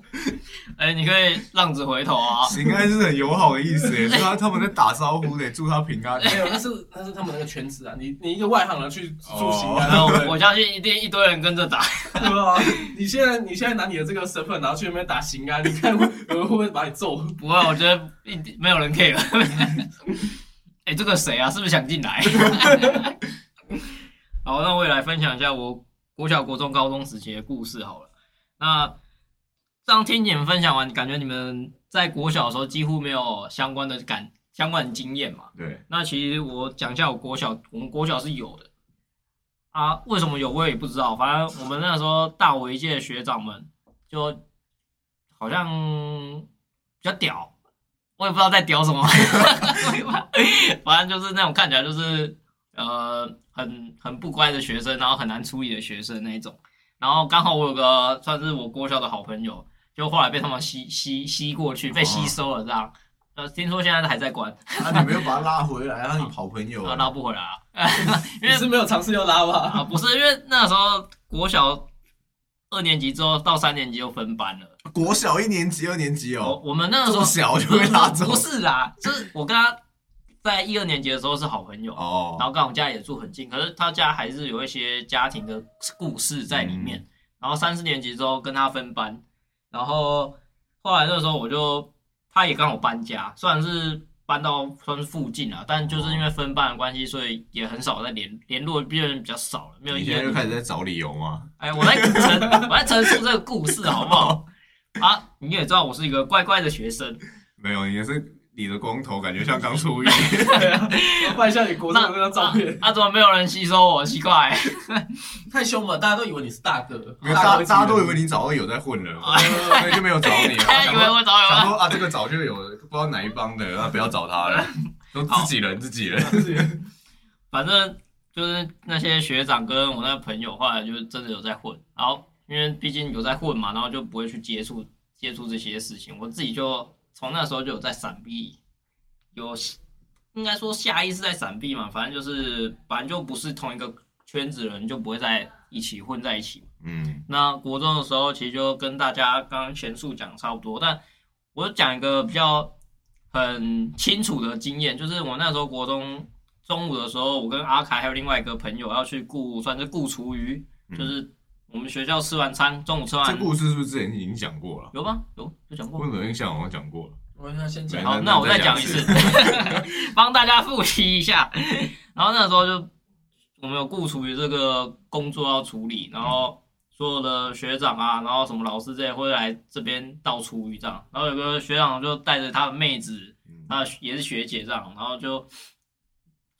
S1: 哎，你可以浪子回头啊，
S3: 行安是很友好的意思 耶，就是他他们在打招呼的，祝他平安。
S2: 没有，那是那是他们那个圈子啊，你你一个外行人去住行
S3: 哦
S2: 啊，
S1: 然后我相信一定一堆人跟着打，
S2: 对吧？你现在你现在拿你的这个身份，然后去那边打刑啊，你看会有人会不会把你揍？
S1: 不会，我觉得一定没有人 care。哎、这个谁啊？是不是想进来？ 好，那我也来分享一下我国小、国中、高中时期的故事好了。那这样听你们分享完，感觉你们在国小的时候几乎没有相关的感、相关的经验嘛？
S3: 对，
S1: 那其实我讲一下我国小，我们国小是有的啊，为什么有我也不知道，反正我们那时候大我一届的学长们就好像比较屌，我也不知道在屌什么， 反正就是那种看起来就是呃很很不乖的学生，然后很难处理的学生那一种。然后刚好我有个算是我国小的好朋友，就后来被他们吸吸吸过去，被吸收了这样。呃，听说现在还在关，
S3: 那啊你没有把他拉回来，让你好朋友
S1: 啊，
S3: 啊。
S1: 拉不回来啊！
S2: 你是没有尝试要拉吧？
S1: 啊，不是，因为那时候国小二年级之后到三年级又分班了。
S3: 国小一年级、二年级
S1: 我
S3: 哦，
S1: 我们那个时
S3: 这
S1: 候
S3: 么小就被拉走
S1: 不是啦，就是我跟他在一二年级的时候是好朋友，然
S3: 哦。
S1: 后跟我家也住很近，可是他家还是有一些家庭的故事在里面。
S3: 嗯
S1: 然后三四年级之后跟他分班，然后后来那时候我就他也刚好搬家，虽然是搬到算是附近啊，但就是因为分班的关系，所以也很少在联联络，变得比较少了，没有
S3: 你
S1: 一
S3: 现在
S1: 二
S3: 就开始在找理由吗？
S1: 哎，我在陈，我在陈述这个故事，好不 好？啊，你也知道我是一个乖乖的学生，
S3: 没有，你是理着光头，感觉像刚出狱。
S2: 对啊，我换一下你国中的那张照
S1: 那
S2: 片，
S1: 啊，怎么没有人吸收我？奇 怪、
S2: 太凶了，大家都以为你是大哥，
S3: 没有大
S2: 哥级的
S3: 大家都以为你早就有在混了， 所以就没有找你了。
S1: 大家以为我找有
S3: 想
S1: 啊？
S3: 说啊，这个早就有了，不知道哪一帮的，那不要找他 了，都自己人自己人。
S1: 反正就是那些学长跟我那个朋友，后来就是真的有在混，然后因为毕竟有在混嘛，然后就不会去接触接触这些事情。我自己就从那时候就有在闪避，有应该说下意识在闪避嘛，反正就是反正就不是同一个圈子的人，就不会在一起混在一起嘛
S3: 嗯，
S1: 那国中的时候，其实就跟大家刚刚前述讲差不多，但我讲一个比较很清楚的经验，就是我那时候国中中午的时候，我跟阿凯还有另外一个朋友要去雇，算是雇厨余，就是我们学校吃完餐，中午吃
S3: 这
S1: 完
S3: 故事是不是之前已经讲过了？
S1: 有吗？有有讲
S3: 我
S1: 过。
S3: 怎么印象好像讲过了？
S2: 我要先
S3: 没
S2: 讲，
S1: 好，
S3: 那
S1: 那我
S3: 再
S1: 再讲一次， 帮大家复习一下。然后那个时候就我们有雇厨余这个工作要处理，然后所有的学长啊，然后什么老师这些会来这边倒厨余这样。然后有个学长就带着他的妹子，
S3: 嗯
S1: 啊，也是学姐这样，然后就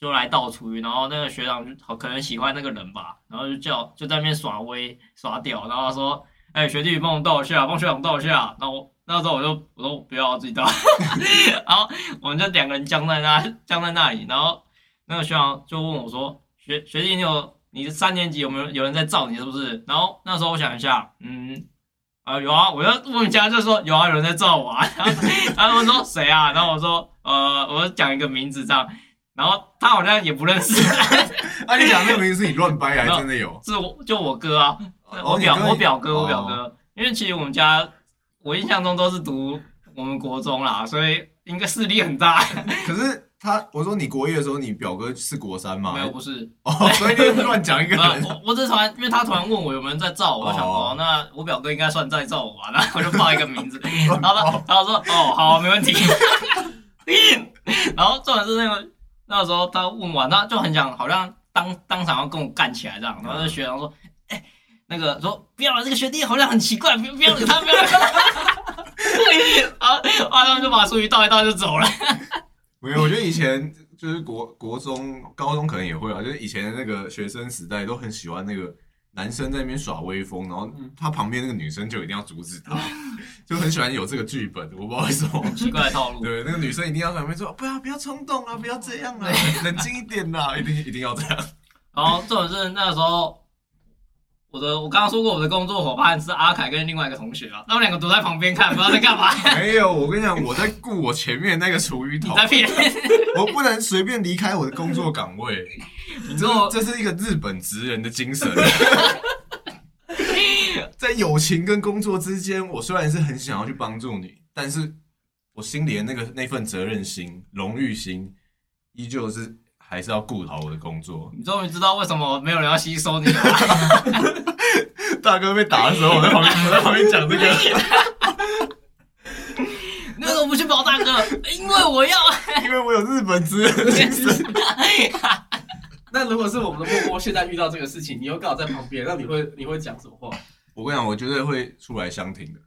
S1: 就来倒厨余，然后那个学长就好可能喜欢那个人吧，然后就叫就在那边耍威耍屌，然后他说：“哎、学弟帮我倒一下，帮学长倒一下。”然后我那时候我就我说我不要自己倒，然后我们就两个人僵在那僵在那里，然后那个学长就问我说：“学学弟，你有你三年级有没有有人在罩你是不是？”然后那时候我想一下，嗯。啊，有啊，我要问人家就说有啊，有人在罩我啊， 然后然后我说谁啊？然后我说呃，我讲一个名字这样，然后他好像也不认识，
S3: 啊，你讲那个名字是你乱掰还真的有？
S1: 是我就我哥啊，
S3: 哦
S1: 我表
S3: 你哥
S1: 我表哥我表
S3: 哦
S1: 哥，因为其实我们家我印象中都是读我们国中啦，所以应该势力很大。
S3: 可是他，我说你国一的时候，你表哥是国三吗
S1: 没？有，不是，
S3: 哦，所以你乱讲一个
S1: 没有
S3: 人。
S1: 呃我我只是突然，因为他突然问我有没有人在照我，我想
S3: 哦
S1: 哦，那我表哥应该算在照我吧，然后我就报一个名字，
S3: 乱
S1: 然后
S3: 报
S1: 他然后说哦好没问题， 然后重点是那个那时候他问完，他就很想好像当当场要跟我干起来这样，然后那学长说哎、那个说不要了，这个学弟好像很奇怪，不要不要惹他，不要惹他。 然后，然后他们就把书一倒一倒就走了。
S3: 没有，我觉得以前就是国国中、高中可能也会啊，就是以前那个学生时代都很喜欢那个男生在那边耍威风，然后
S1: 嗯
S3: 他旁边那个女生就一定要阻止他， 就很喜欢有这个剧本，我不知道为 什么。
S1: 奇怪的套路，
S3: 对，那个女生一定要在旁边说：“不要，不要冲动啊，不要这样啊，冷静一点啦，一定一定要这样。
S1: 然后重点是那时候，我的我刚刚说过我的工作伙伴是阿凯跟另外一个同学啊，他们两个躲在旁边看，不知道在干嘛。”
S3: 没有，我跟你讲，我在顾我前面那个厨余
S1: 你
S3: 桶，
S1: 在骗人？
S3: 我不能随便离开我的工作岗位。
S1: 你
S3: 这
S1: 知道
S3: 这是一个日本职人的精神。 在友情跟工作之间，我虽然是很想要去帮助你，但是我心里的那个那份责任心、荣誉心，依旧是还是要顾好我的工作。
S1: 你终于知道为什么没有人要吸收你了 吧。
S3: 大哥被打的时候，我在旁边，我在旁边讲这个，
S1: 你为什么不去保大哥？因为我要。
S3: 因为我有日本职人的精神。
S2: 那如果是我们的默默现在遇到这个事情，你又刚好在旁边，那你会你会讲什么话？
S3: 我跟你讲，我绝对会出来相挺的。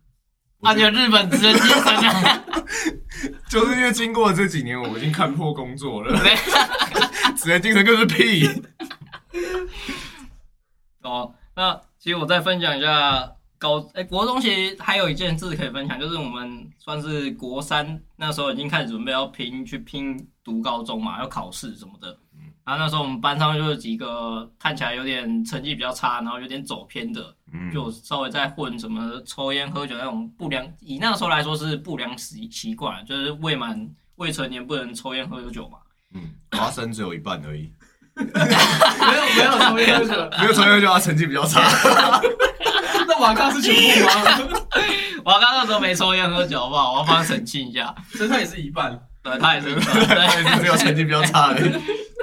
S1: 他就日本职人精神啊！
S3: 就是因为经过这几年，我已经看破工作了，
S1: 对
S3: 职人精神就是屁。
S1: 哦，那其实我再分享一下高哎、国中，其实还有一件事可以分享，就是我们算是国三那时候已经开始准备要拼去拼读高中嘛，要考试什么的。然后那时候我们班上就有几个看起来有点成绩比较差，然后有点走偏的，
S3: 嗯
S1: 就稍微在混什么抽烟喝酒那种不良，以那时候来说是不良习习惯，就是未满未成年不能抽烟喝酒嘛。
S3: 嗯，花生只有一半而已，
S2: 没有没有什么要求，
S3: 没有传球就他成绩比较差。
S2: 那瓦康是全部吗？
S1: 我刚那时候没抽烟喝酒，好不好？我要帮他澄清一下，
S2: 所以他也是一半。
S1: 对他也是一 个，对，
S3: 只有成绩比较差的。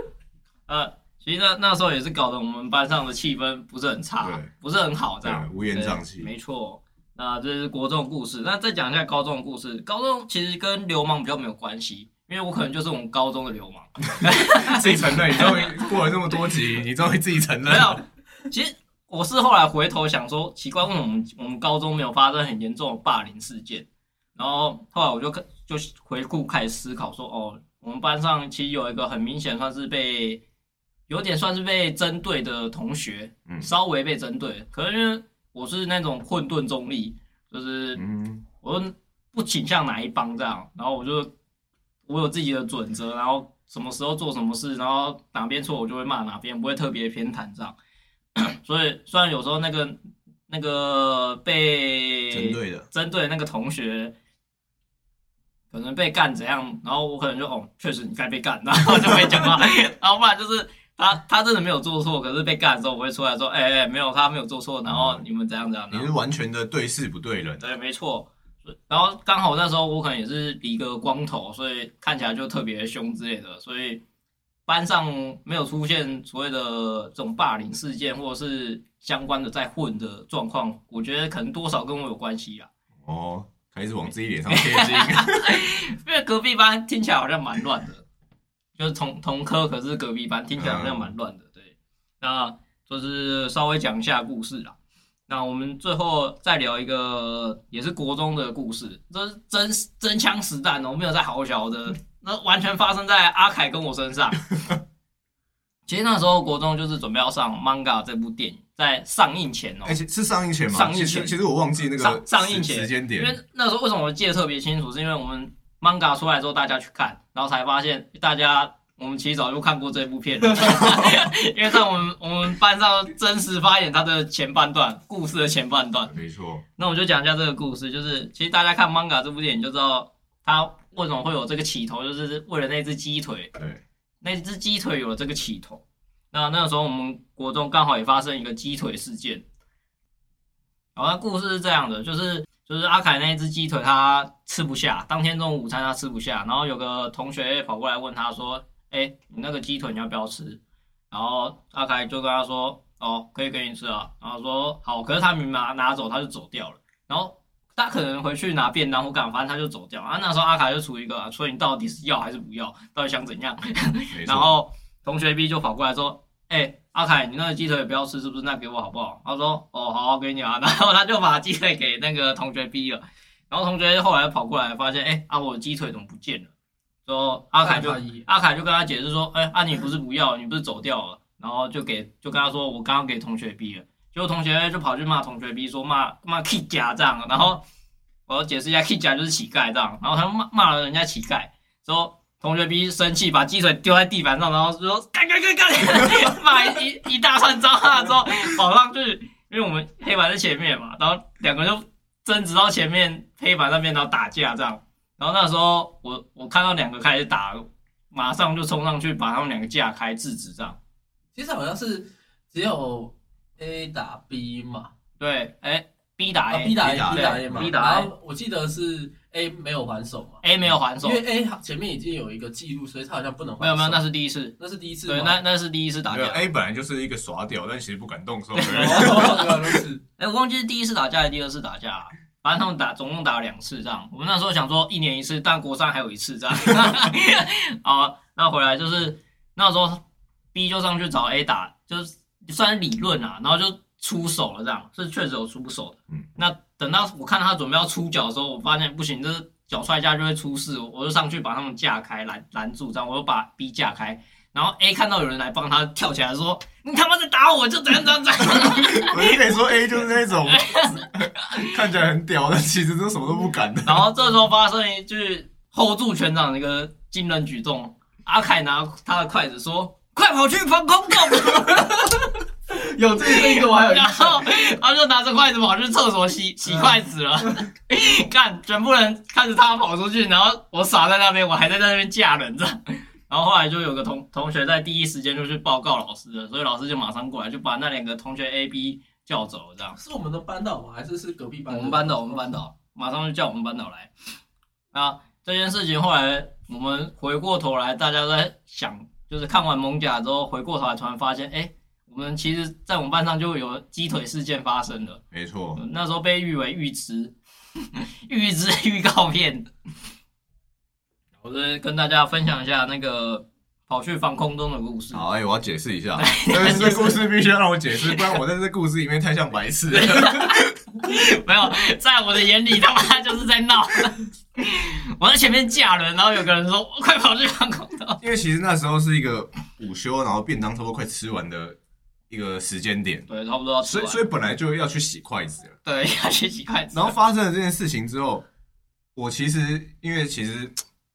S1: 呃，其实那那时候也是搞得我们班上的气氛不是很差
S3: 对，
S1: 不是很好，这样
S3: 对乌烟瘴气
S1: 对没错，那这是国中的故事。那再讲一下高中的故事。高中其实跟流氓比较没有关系，因为我可能就是我们高中的流氓。
S3: 自己承认，你终于过了这么多集，你终于自己承认
S1: 没。有，其实我是后来回头想说，奇怪，为什么我们我们高中没有发生很严重的霸凌事件？然后后来我就看，就回顾开始思考说，哦，我们班上其实有一个很明显算是被，有点算是被针对的同学，
S3: 嗯
S1: 稍微被针对，可是因为我是那种混沌中立，就是
S3: 嗯，
S1: 我就不倾向哪一帮这样，然后我就我有自己的准则，然后什么时候做什么事，然后哪边错我就会骂哪边，不会特别偏袒这样。 所以虽然有时候那个那个被
S3: 针对的，
S1: 针对那个同学。可能被干怎样，然后我可能就哦，确实你该被干，然 后就没讲话，然后不然就是他他真的没有做错，可是被干的时候我会出来说，哎、哎、没有他没有做错，然后你们怎样怎样，
S3: 你
S1: 然后
S3: 是完全的对事不对人。
S1: 对，没错。然后刚好那时候我可能也是理个光头，所以看起来就特别凶之类的，所以班上没有出现所谓的这种霸凌事件，或者是相关的在混的状况，我觉得可能多少跟我有关系啊。
S3: 哦，开始往自己脸 上贴金。
S1: 因为隔壁班听起来好像蛮乱的，就是同同科，可是隔壁班听起来好像蛮乱的。对，那就是稍微讲一下故事啦。那我们最后再聊一个也是国中的故事，这是真真枪实弹哦，没有在好小的，那完全发生在阿凯跟我身上。 其实那时候国中就是准备要上《manga》这部电影，在上映前哦，
S3: 而且哎是上映前吗？
S1: 上映
S3: 其实
S1: 前
S3: 其实我忘记那个
S1: 上上映
S3: 时
S1: 前
S3: 时间
S1: 因
S3: 点
S1: 为，那时候为什么我记得特别清楚，是因为我们 manga 出来之后大家去看，然后才发现大家我们其实早就看过这部片了，因为在我们我们班上真实发演它的前半段故事的前半段。
S3: 没错，
S1: 那我就讲一下这个故事，就是其实大家看 manga 这部电影就知道它为什么会有这个起头，就是为了那只鸡腿
S3: 对，
S1: 那只鸡腿有了这个起头。那那个时候我们国中刚好也发生一个鸡腿事件。好，那故事是这样的，就是就是阿凯那一只鸡腿他吃不下，当天中午午餐他吃不下，然后有个同学跑过来问他说：“哎、你那个鸡腿你要不要吃？”然后阿凯就跟他说：“哦，可以给你吃啊。”然后说：“好。”可是他明拿拿走，他就走掉了。然后他可能回去拿便当或干嘛，反正他就走掉。啊，那时候阿凯就处于一个，啊所以你到底是要还是不要，到底想怎样？
S3: 没
S1: 然
S3: 错，
S1: 后同学 B 就跑过来说：“哎、阿凯，你那个鸡腿不要吃，是不是？那给我好不好？”他说：“哦，好，我给你啊。”然 后他就把鸡腿给那个同学 B 了。然后同学后来跑过来发现：“哎、啊，我的鸡腿怎么不见了？”说阿凯就
S2: 看法一
S1: 阿凯就跟他解释说：“哎、啊，你不是不要，你不是走掉了？”然后就给就跟他说：“我刚刚给同学 B 了。”结果同学就跑去骂同学 B 说骂骂 K 家这样，然后我要解释一下 K 家就是乞丐这样，然后他骂骂了人家乞丐，说同学 B 生气，把鸡腿丢在地板上，然后说干干干干， 骂一一一大串脏话之后，跑上去，因为我们黑板在前面嘛，然后两个人就争执到前面黑板那边，然后打架这样。然后那时候我我看到两个开始打，马上就冲上去把他们两个架开制止这样。
S2: 其实好像是只有 A 打 B 嘛，
S1: 对，哎，B 打
S2: 啊
S1: A，
S2: B 打 A
S3: A 打
S2: B 打 A 嘛，
S1: B 打 A
S2: 然后我记得是 A 没有还手嘛，
S1: A 没有还手
S2: 因，为 A 前面已经有一个记录，所以他好像不能还
S1: 没
S2: 手。
S1: 有没有，那是第一次。
S2: 那是第一次
S1: 对，
S2: 吗
S1: 那那是第一次打
S3: 没有
S1: 架。
S3: A 本来就是一个耍屌，但其实不敢动手 的 人，
S2: 哦原来如此
S1: 哎、我忘记是第一次打架还是第二次打架、啊，反正他们打总共打了两次这样。我们那时候想说一年一次，但国三还有一次这样。 好，那回来就是那时候 B 就上去找 A 打，就是算是理论啊，然后就出手了这样，是确实有出手的。
S3: 嗯，
S1: 那等到我看他准备要出脚的时候，我发现不行，这脚踹下去会出事，我就上去把他们架开拦拦住，这样我就把 B 架开。然后 A 看到有人来帮他，跳起来说：“你他妈在打我，就怎样怎样怎样。”
S3: 我就可以说 A 就是那种 看起来很屌，但其实都什么都不敢的。
S1: 然后这时候发生一句 hold 住全场的一个惊人举动，阿凯拿他的筷子说：“快跑去防空洞
S2: 有这这一个我！”还有印
S1: 然
S2: 象，
S1: 后他就拿着筷子跑去厕所洗洗筷子 了。看，全部人看着他跑出去，然后我傻在那边，我还在那边架人着。然后后来就有个同同学在第一时间就去报告老师了，所以老师就马上过来，就把那两个同学 A、B 叫走了，这样。
S2: 是我们的班导吗？还是是隔壁班？
S1: 我们班导，我们班。导，马上就叫我们班导来。那这件事情后来我们回过头来，大家都在想，就是看完《蒙甲》之后，回过头来突然发现，哎、我们其实，在我们班上就有鸡腿事件发生了。
S3: 没错，
S1: 那时候被誉为预知， 预知预告片。我再跟大家分享一下那个跑去防空洞的故事。
S3: 好，哎、我要解释一 下，但是这故事必须要让我解释，不然我在这故事里面太像白痴了。
S1: 没有，在我的眼里，他妈就是在闹。我在前面架人，然后有个人说：“快跑去防空洞
S3: 因为其实那时候是一个午休，然后便当差不多快吃完的一个时间点！”，
S1: 对，差不多要吃
S3: 所以
S1: 完。
S3: 所以本来就要去洗筷子了。
S1: 对，要去洗筷子。
S3: 然后发生了这件事情之后，我其实因为其实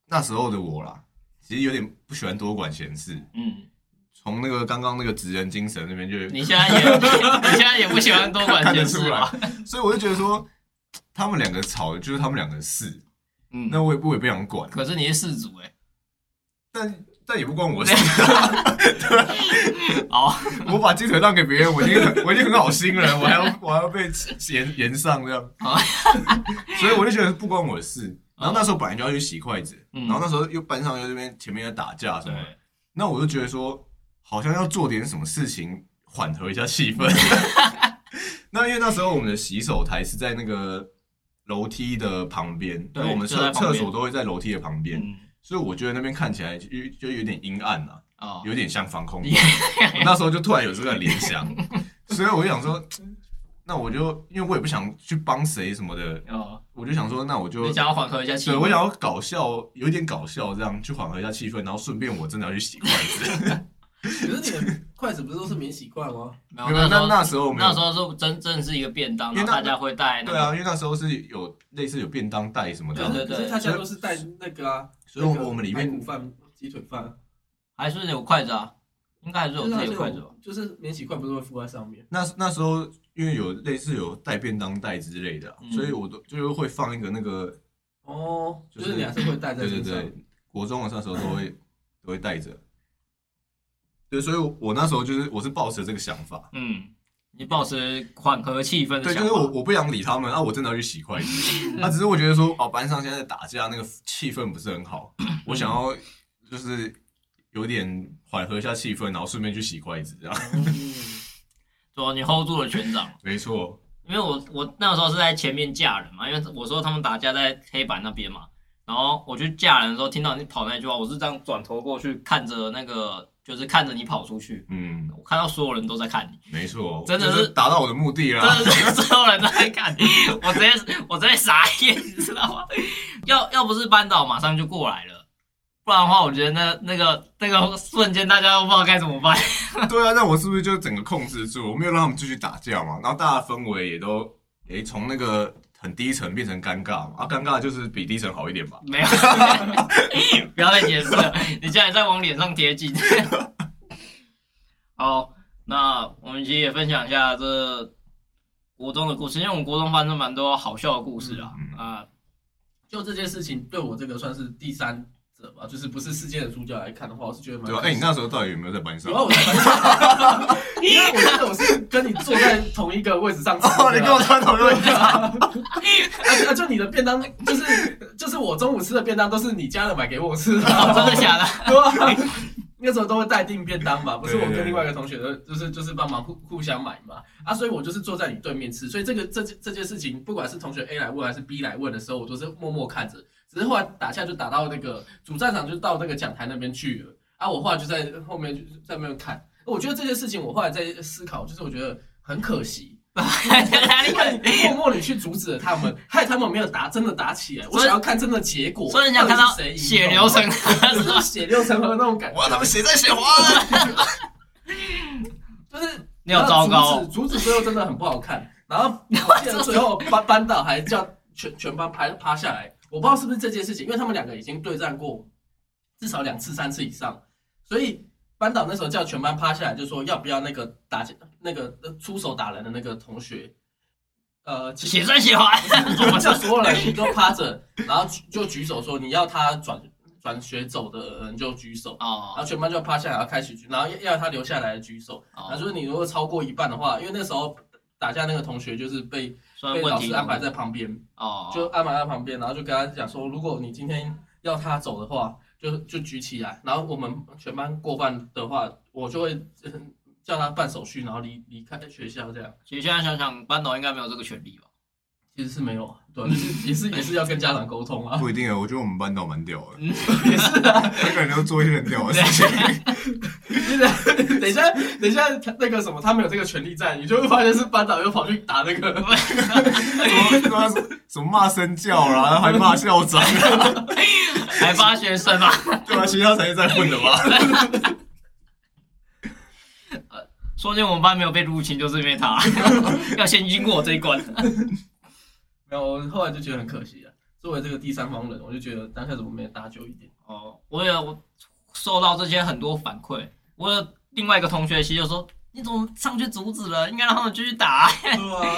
S3: 那时候的我啦，其实有点不喜欢多管闲事。
S1: 嗯，
S3: 从那个刚刚那个职人精神那边就
S1: 你现在也， 你现在也不喜欢多管
S3: 看得
S1: 闲
S3: 出
S1: 事
S3: 来
S1: 吧？，
S3: 所以我就觉得说，他们两个吵就是他们两个事，
S1: 嗯，
S3: 那我也我也不想管，
S1: 可是你是事主哎、
S3: 但但也不关 我的事。
S1: 好，
S3: 我把鸡腿让给别人，我已经很我已经很好心了，我还 要我还要被延延上这样
S1: 啊，
S3: 所以我就觉得不关我的事。然后那时候本来就要去洗筷子，
S1: 嗯
S3: 然后那时候又班上又这边前面在打架什么的，
S1: 对，
S3: 那我就觉得说，好像要做点什么事情缓和一下气 氛。那因为那时候我们的洗手台是在那个楼梯的旁边，
S1: 对
S3: 那我们
S1: 就在
S3: 厕
S1: 旁边
S3: 厕所都会在楼梯的旁边，
S1: 嗯，
S3: 所以我觉得那边看起来就就有点阴暗啊，
S1: 哦，
S3: 有点像防 空洞。我那时候就突然有这个联想，所以我就想说，那我就因为我也不想去帮谁什么的，
S1: 哦，
S3: 我就想说，那我就
S1: 你想要缓和一下气
S3: 对
S1: 氛，
S3: 我想要搞笑，有一点搞笑，这样去缓和一下气氛，然后顺便我真的要去洗筷子。
S2: 可是你的筷子不是都是免洗筷吗？
S1: 没有
S3: 没有
S1: 那时
S3: 那
S1: 候
S3: 那时候没有
S1: 那时候是真正是一个便当，
S3: 因为
S1: 然后
S3: 那
S1: 大家会带那
S3: 对
S1: 个
S3: 啊，因为那时候是有类似有便当袋什 么
S1: 对对
S3: 的，
S1: 对
S2: 可是他家都是带那个啊，
S3: 所以我
S2: 那个
S3: 我们里面
S2: 排骨饭、鸡腿饭，
S1: 还是有筷子啊，应该还是有自己的筷子吧？
S2: 就是免洗筷不是会附在上面？
S3: 那那时候因为有类似有带便当袋之类的啊，
S1: 嗯
S3: 所以我都就是会放一个那个，
S2: 哦，
S3: 就
S2: 就是是你还是会带在
S3: 对对
S2: 身上。
S3: 对，国中的那时候都会都会带着。对，所以我我那时候就是我是抱持这个想法，
S1: 嗯，你保持缓和气氛的
S3: 对，
S1: 想
S3: 就
S1: 法。
S3: 是我我不想理他们啊，我真的要去洗 筷子。啊，只是我觉得说，哦，班上现在在打架，那个气氛不是很好，我想要就是有点缓和一下气氛，然后顺便去洗筷子，这样。
S1: 主要你 hold 住了全场，
S3: 没错，
S1: 因为我我那时候是在前面架人嘛，因为我说他们打架在黑板那边嘛，然后我去架人的时候听到你跑那句话，我是这样转头过去看着那个，就是看着你跑出去，
S3: 嗯，
S1: 我看到所有人都在看你，
S3: 没错，
S1: 真的
S3: 就是达到我的目的啦。
S1: 真的是 所有人都在看你，我直接我直接傻眼，你知道吗？要要不是班导马上就过来了，不然的话，我觉得那那个那个瞬间大家都不知道该怎么办。
S3: 对啊，那我是不是就整个控制住？我没有让他们继续打架嘛，然后大家氛围也都诶从那个很低层变成尴尬嘛，啊，尴尬就是比低层好一点吧。
S1: 没有， 不要再解释了，你现在在往脸上贴金。好，那我们其实也分享一下这国中的故事，因为我们国中发生蛮多好笑的故事啊
S3: 嗯
S1: 啊、
S2: 就这件事情对我这个算是第三者吧，就是不是事件的主角来看的话，我是觉得蛮
S3: 对吧、啊？哎、你那时候到底有没有在啊班上
S2: 然？后我才发现，因为我记得我是跟你坐在同一个位置上吃的啊。
S3: 哦，你跟我穿同一 个。
S2: 啊啊！就你的便当，就是就是我中午吃的便当，都是你家人买给我吃的 啊，
S1: 哦真的假的？
S2: 对吧？ 那时候都会带定便当嘛，不是我
S3: 对对对
S2: 跟另外一个同学的，就是就是帮忙互互相买嘛。啊，所以我就是坐在你对面吃，所以这个这这件事情，不管是同学 A 来问还是 B 来问的时候，我都是默默看着。只是后来打架就打到那个主战场，就到那个讲台那边去了。啊，我后来就在后面就在那边看。我觉得这件事情，我后来在思考，就是我觉得很可 惜，因为你默默你去阻止了他们，害他们没有打，真的打起来。我想要看真的结果，
S1: 所以你想看到
S2: 到底是谁赢
S1: 血流成河是
S2: 就是
S1: 吧？
S2: 血流成河那种感觉，
S3: 哇，他们血债血还。
S2: 就是
S1: 你有糟糕哦
S2: 然后阻止，阻止最后真的很不好看。然后我记得最后班班导还叫全全班趴趴下来，我不知道是不是这件事情，因为他们两个已经对战过至少两次、三次以上，所以班导那时候叫全班趴下来，就说要不要那个打那个呃出手打人的那个同学，呃，其实
S1: 血赚血 还，怎么
S2: 就
S1: 就
S2: 所有人都趴着，然后就举手说你要他转转学走的人就举手，然
S1: 哦
S2: 后全班就趴下来要开始举，然后要要他留下来的举手。他
S1: 哦，
S2: 说你如果超过一半的话，因为那时候打架那个同学就是被
S1: 所
S2: 被
S1: 以问
S2: 老
S1: 题
S2: 师安排在旁边，
S1: 哦，
S2: 就安排在旁边，然后就跟他讲说，如果你今天要他走的话，就就举起来，然后我们全班过半的话，我就会呃叫他办手续，然后离离开学校这样。
S1: 其实现在想想，班导应该没有这个权利吧？
S2: 其实是没有，啊对，就是也是也是要跟家长沟通啊。嗯
S3: 不一定啊，我觉得我们班导蛮屌的，
S2: 也是啊，
S3: 每个人都做一些很屌的事情。
S2: 等一下，等一下，那个什么，他们有这个权利在，你就会发现是班长又跑去打那个
S3: 什么什么骂身教啦，还骂 校长，
S1: 还发学生吗？
S3: 对吧、啊？学校才是在混的吧？
S1: 说不定我们班没有被入侵，就是因为他， 要先经过我这一关。
S2: 没有，我后来就觉得很可惜啊。作为这个第三方人，我就觉得当下怎么没有搭救一 点？
S1: 哦，我也我受到这些很多反馈。我有另外一个同学其实就说：“你怎么上去阻止了？应该让他们继续打。
S2: 对啊，”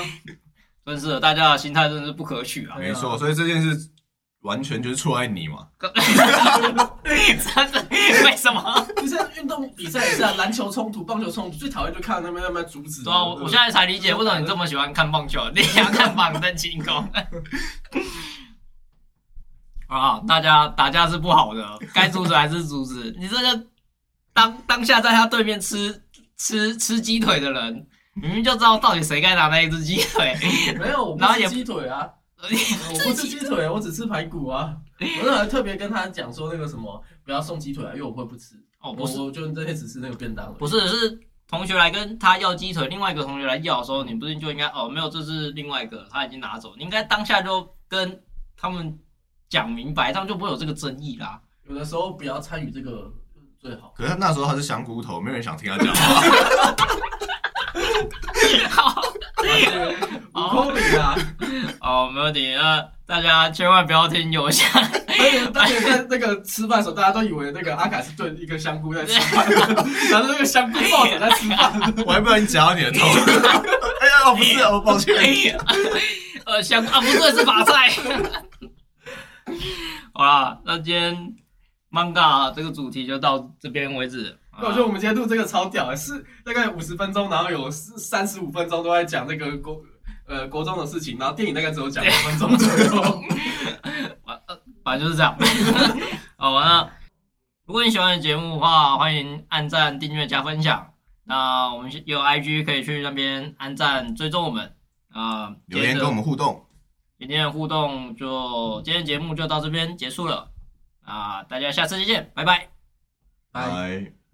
S1: 真是的，大家的心态真的是不可取 啊！
S3: 没错，所以这件事完全就是错在你嘛。
S1: 真的，为什么？
S2: 就是运动比赛也是啊，篮球冲突、棒球冲突，最讨厌就看到那边那边阻 止。
S1: 对啊，我我
S2: 对
S1: 现在才理解为什么你这么喜欢看棒球，你也要看板凳进攻。 啊，大家打架是不好的，该阻止还是阻止。你这个当当下在他对面吃吃吃鸡腿的人，明明就知道到底谁该拿那一只鸡腿，
S2: 没有，我不
S1: 然后也
S2: 吃鸡腿啊，我 不吃鸡腿，我只吃排骨 啊。我那还特别跟他讲说那个什么，不要送鸡腿啊，因为我会不吃。
S1: 哦，
S2: 我
S1: 不是
S2: 我就那天只吃那个便当了。
S1: 不是是同学来跟他要鸡腿，另外一个同学来要的时候，你不是就应该哦没有，这是另外一个他已经拿走，你应该当下就跟他们讲明白，他们就不会有这个争议啦。
S2: 有的时候不要参与这个呃最好。
S3: 可是他那时候他是香菇头，没有人想听他讲 话。
S2: 啊五公里啊，
S1: 哦，没问题，那大家千万不要听有下
S2: 当年当年在那个吃饭的时候，大家都以为那个阿凯是炖一个香菇在吃饭，拿着那个香菇抱枕在吃 饭。
S3: 我还不小心夹到你 的头。哎呀，哦不是，哦， 抱
S2: 哎
S3: 歉。
S1: 呃，香啊，不对，是法菜。 好啦，那今天 manga 这个主题就到这边为止。啊
S2: 我觉得我们今天录这个超屌、欸，是大概五十分钟，然后有三十五分钟都在讲那个国呃国中的事情，然后电影大概只有讲五分钟左右。
S1: 反正就是这样。 好，完了。如果你喜欢的节目的话，欢迎按赞、订阅、加分享。那我们也有 IG 可以去那边按赞追踪我们啊、呃
S3: 留言跟我们互动，
S1: 今天的互动就今天节目就到这边结束了啊、大家下次再见，拜拜。
S2: 拜
S3: 拜。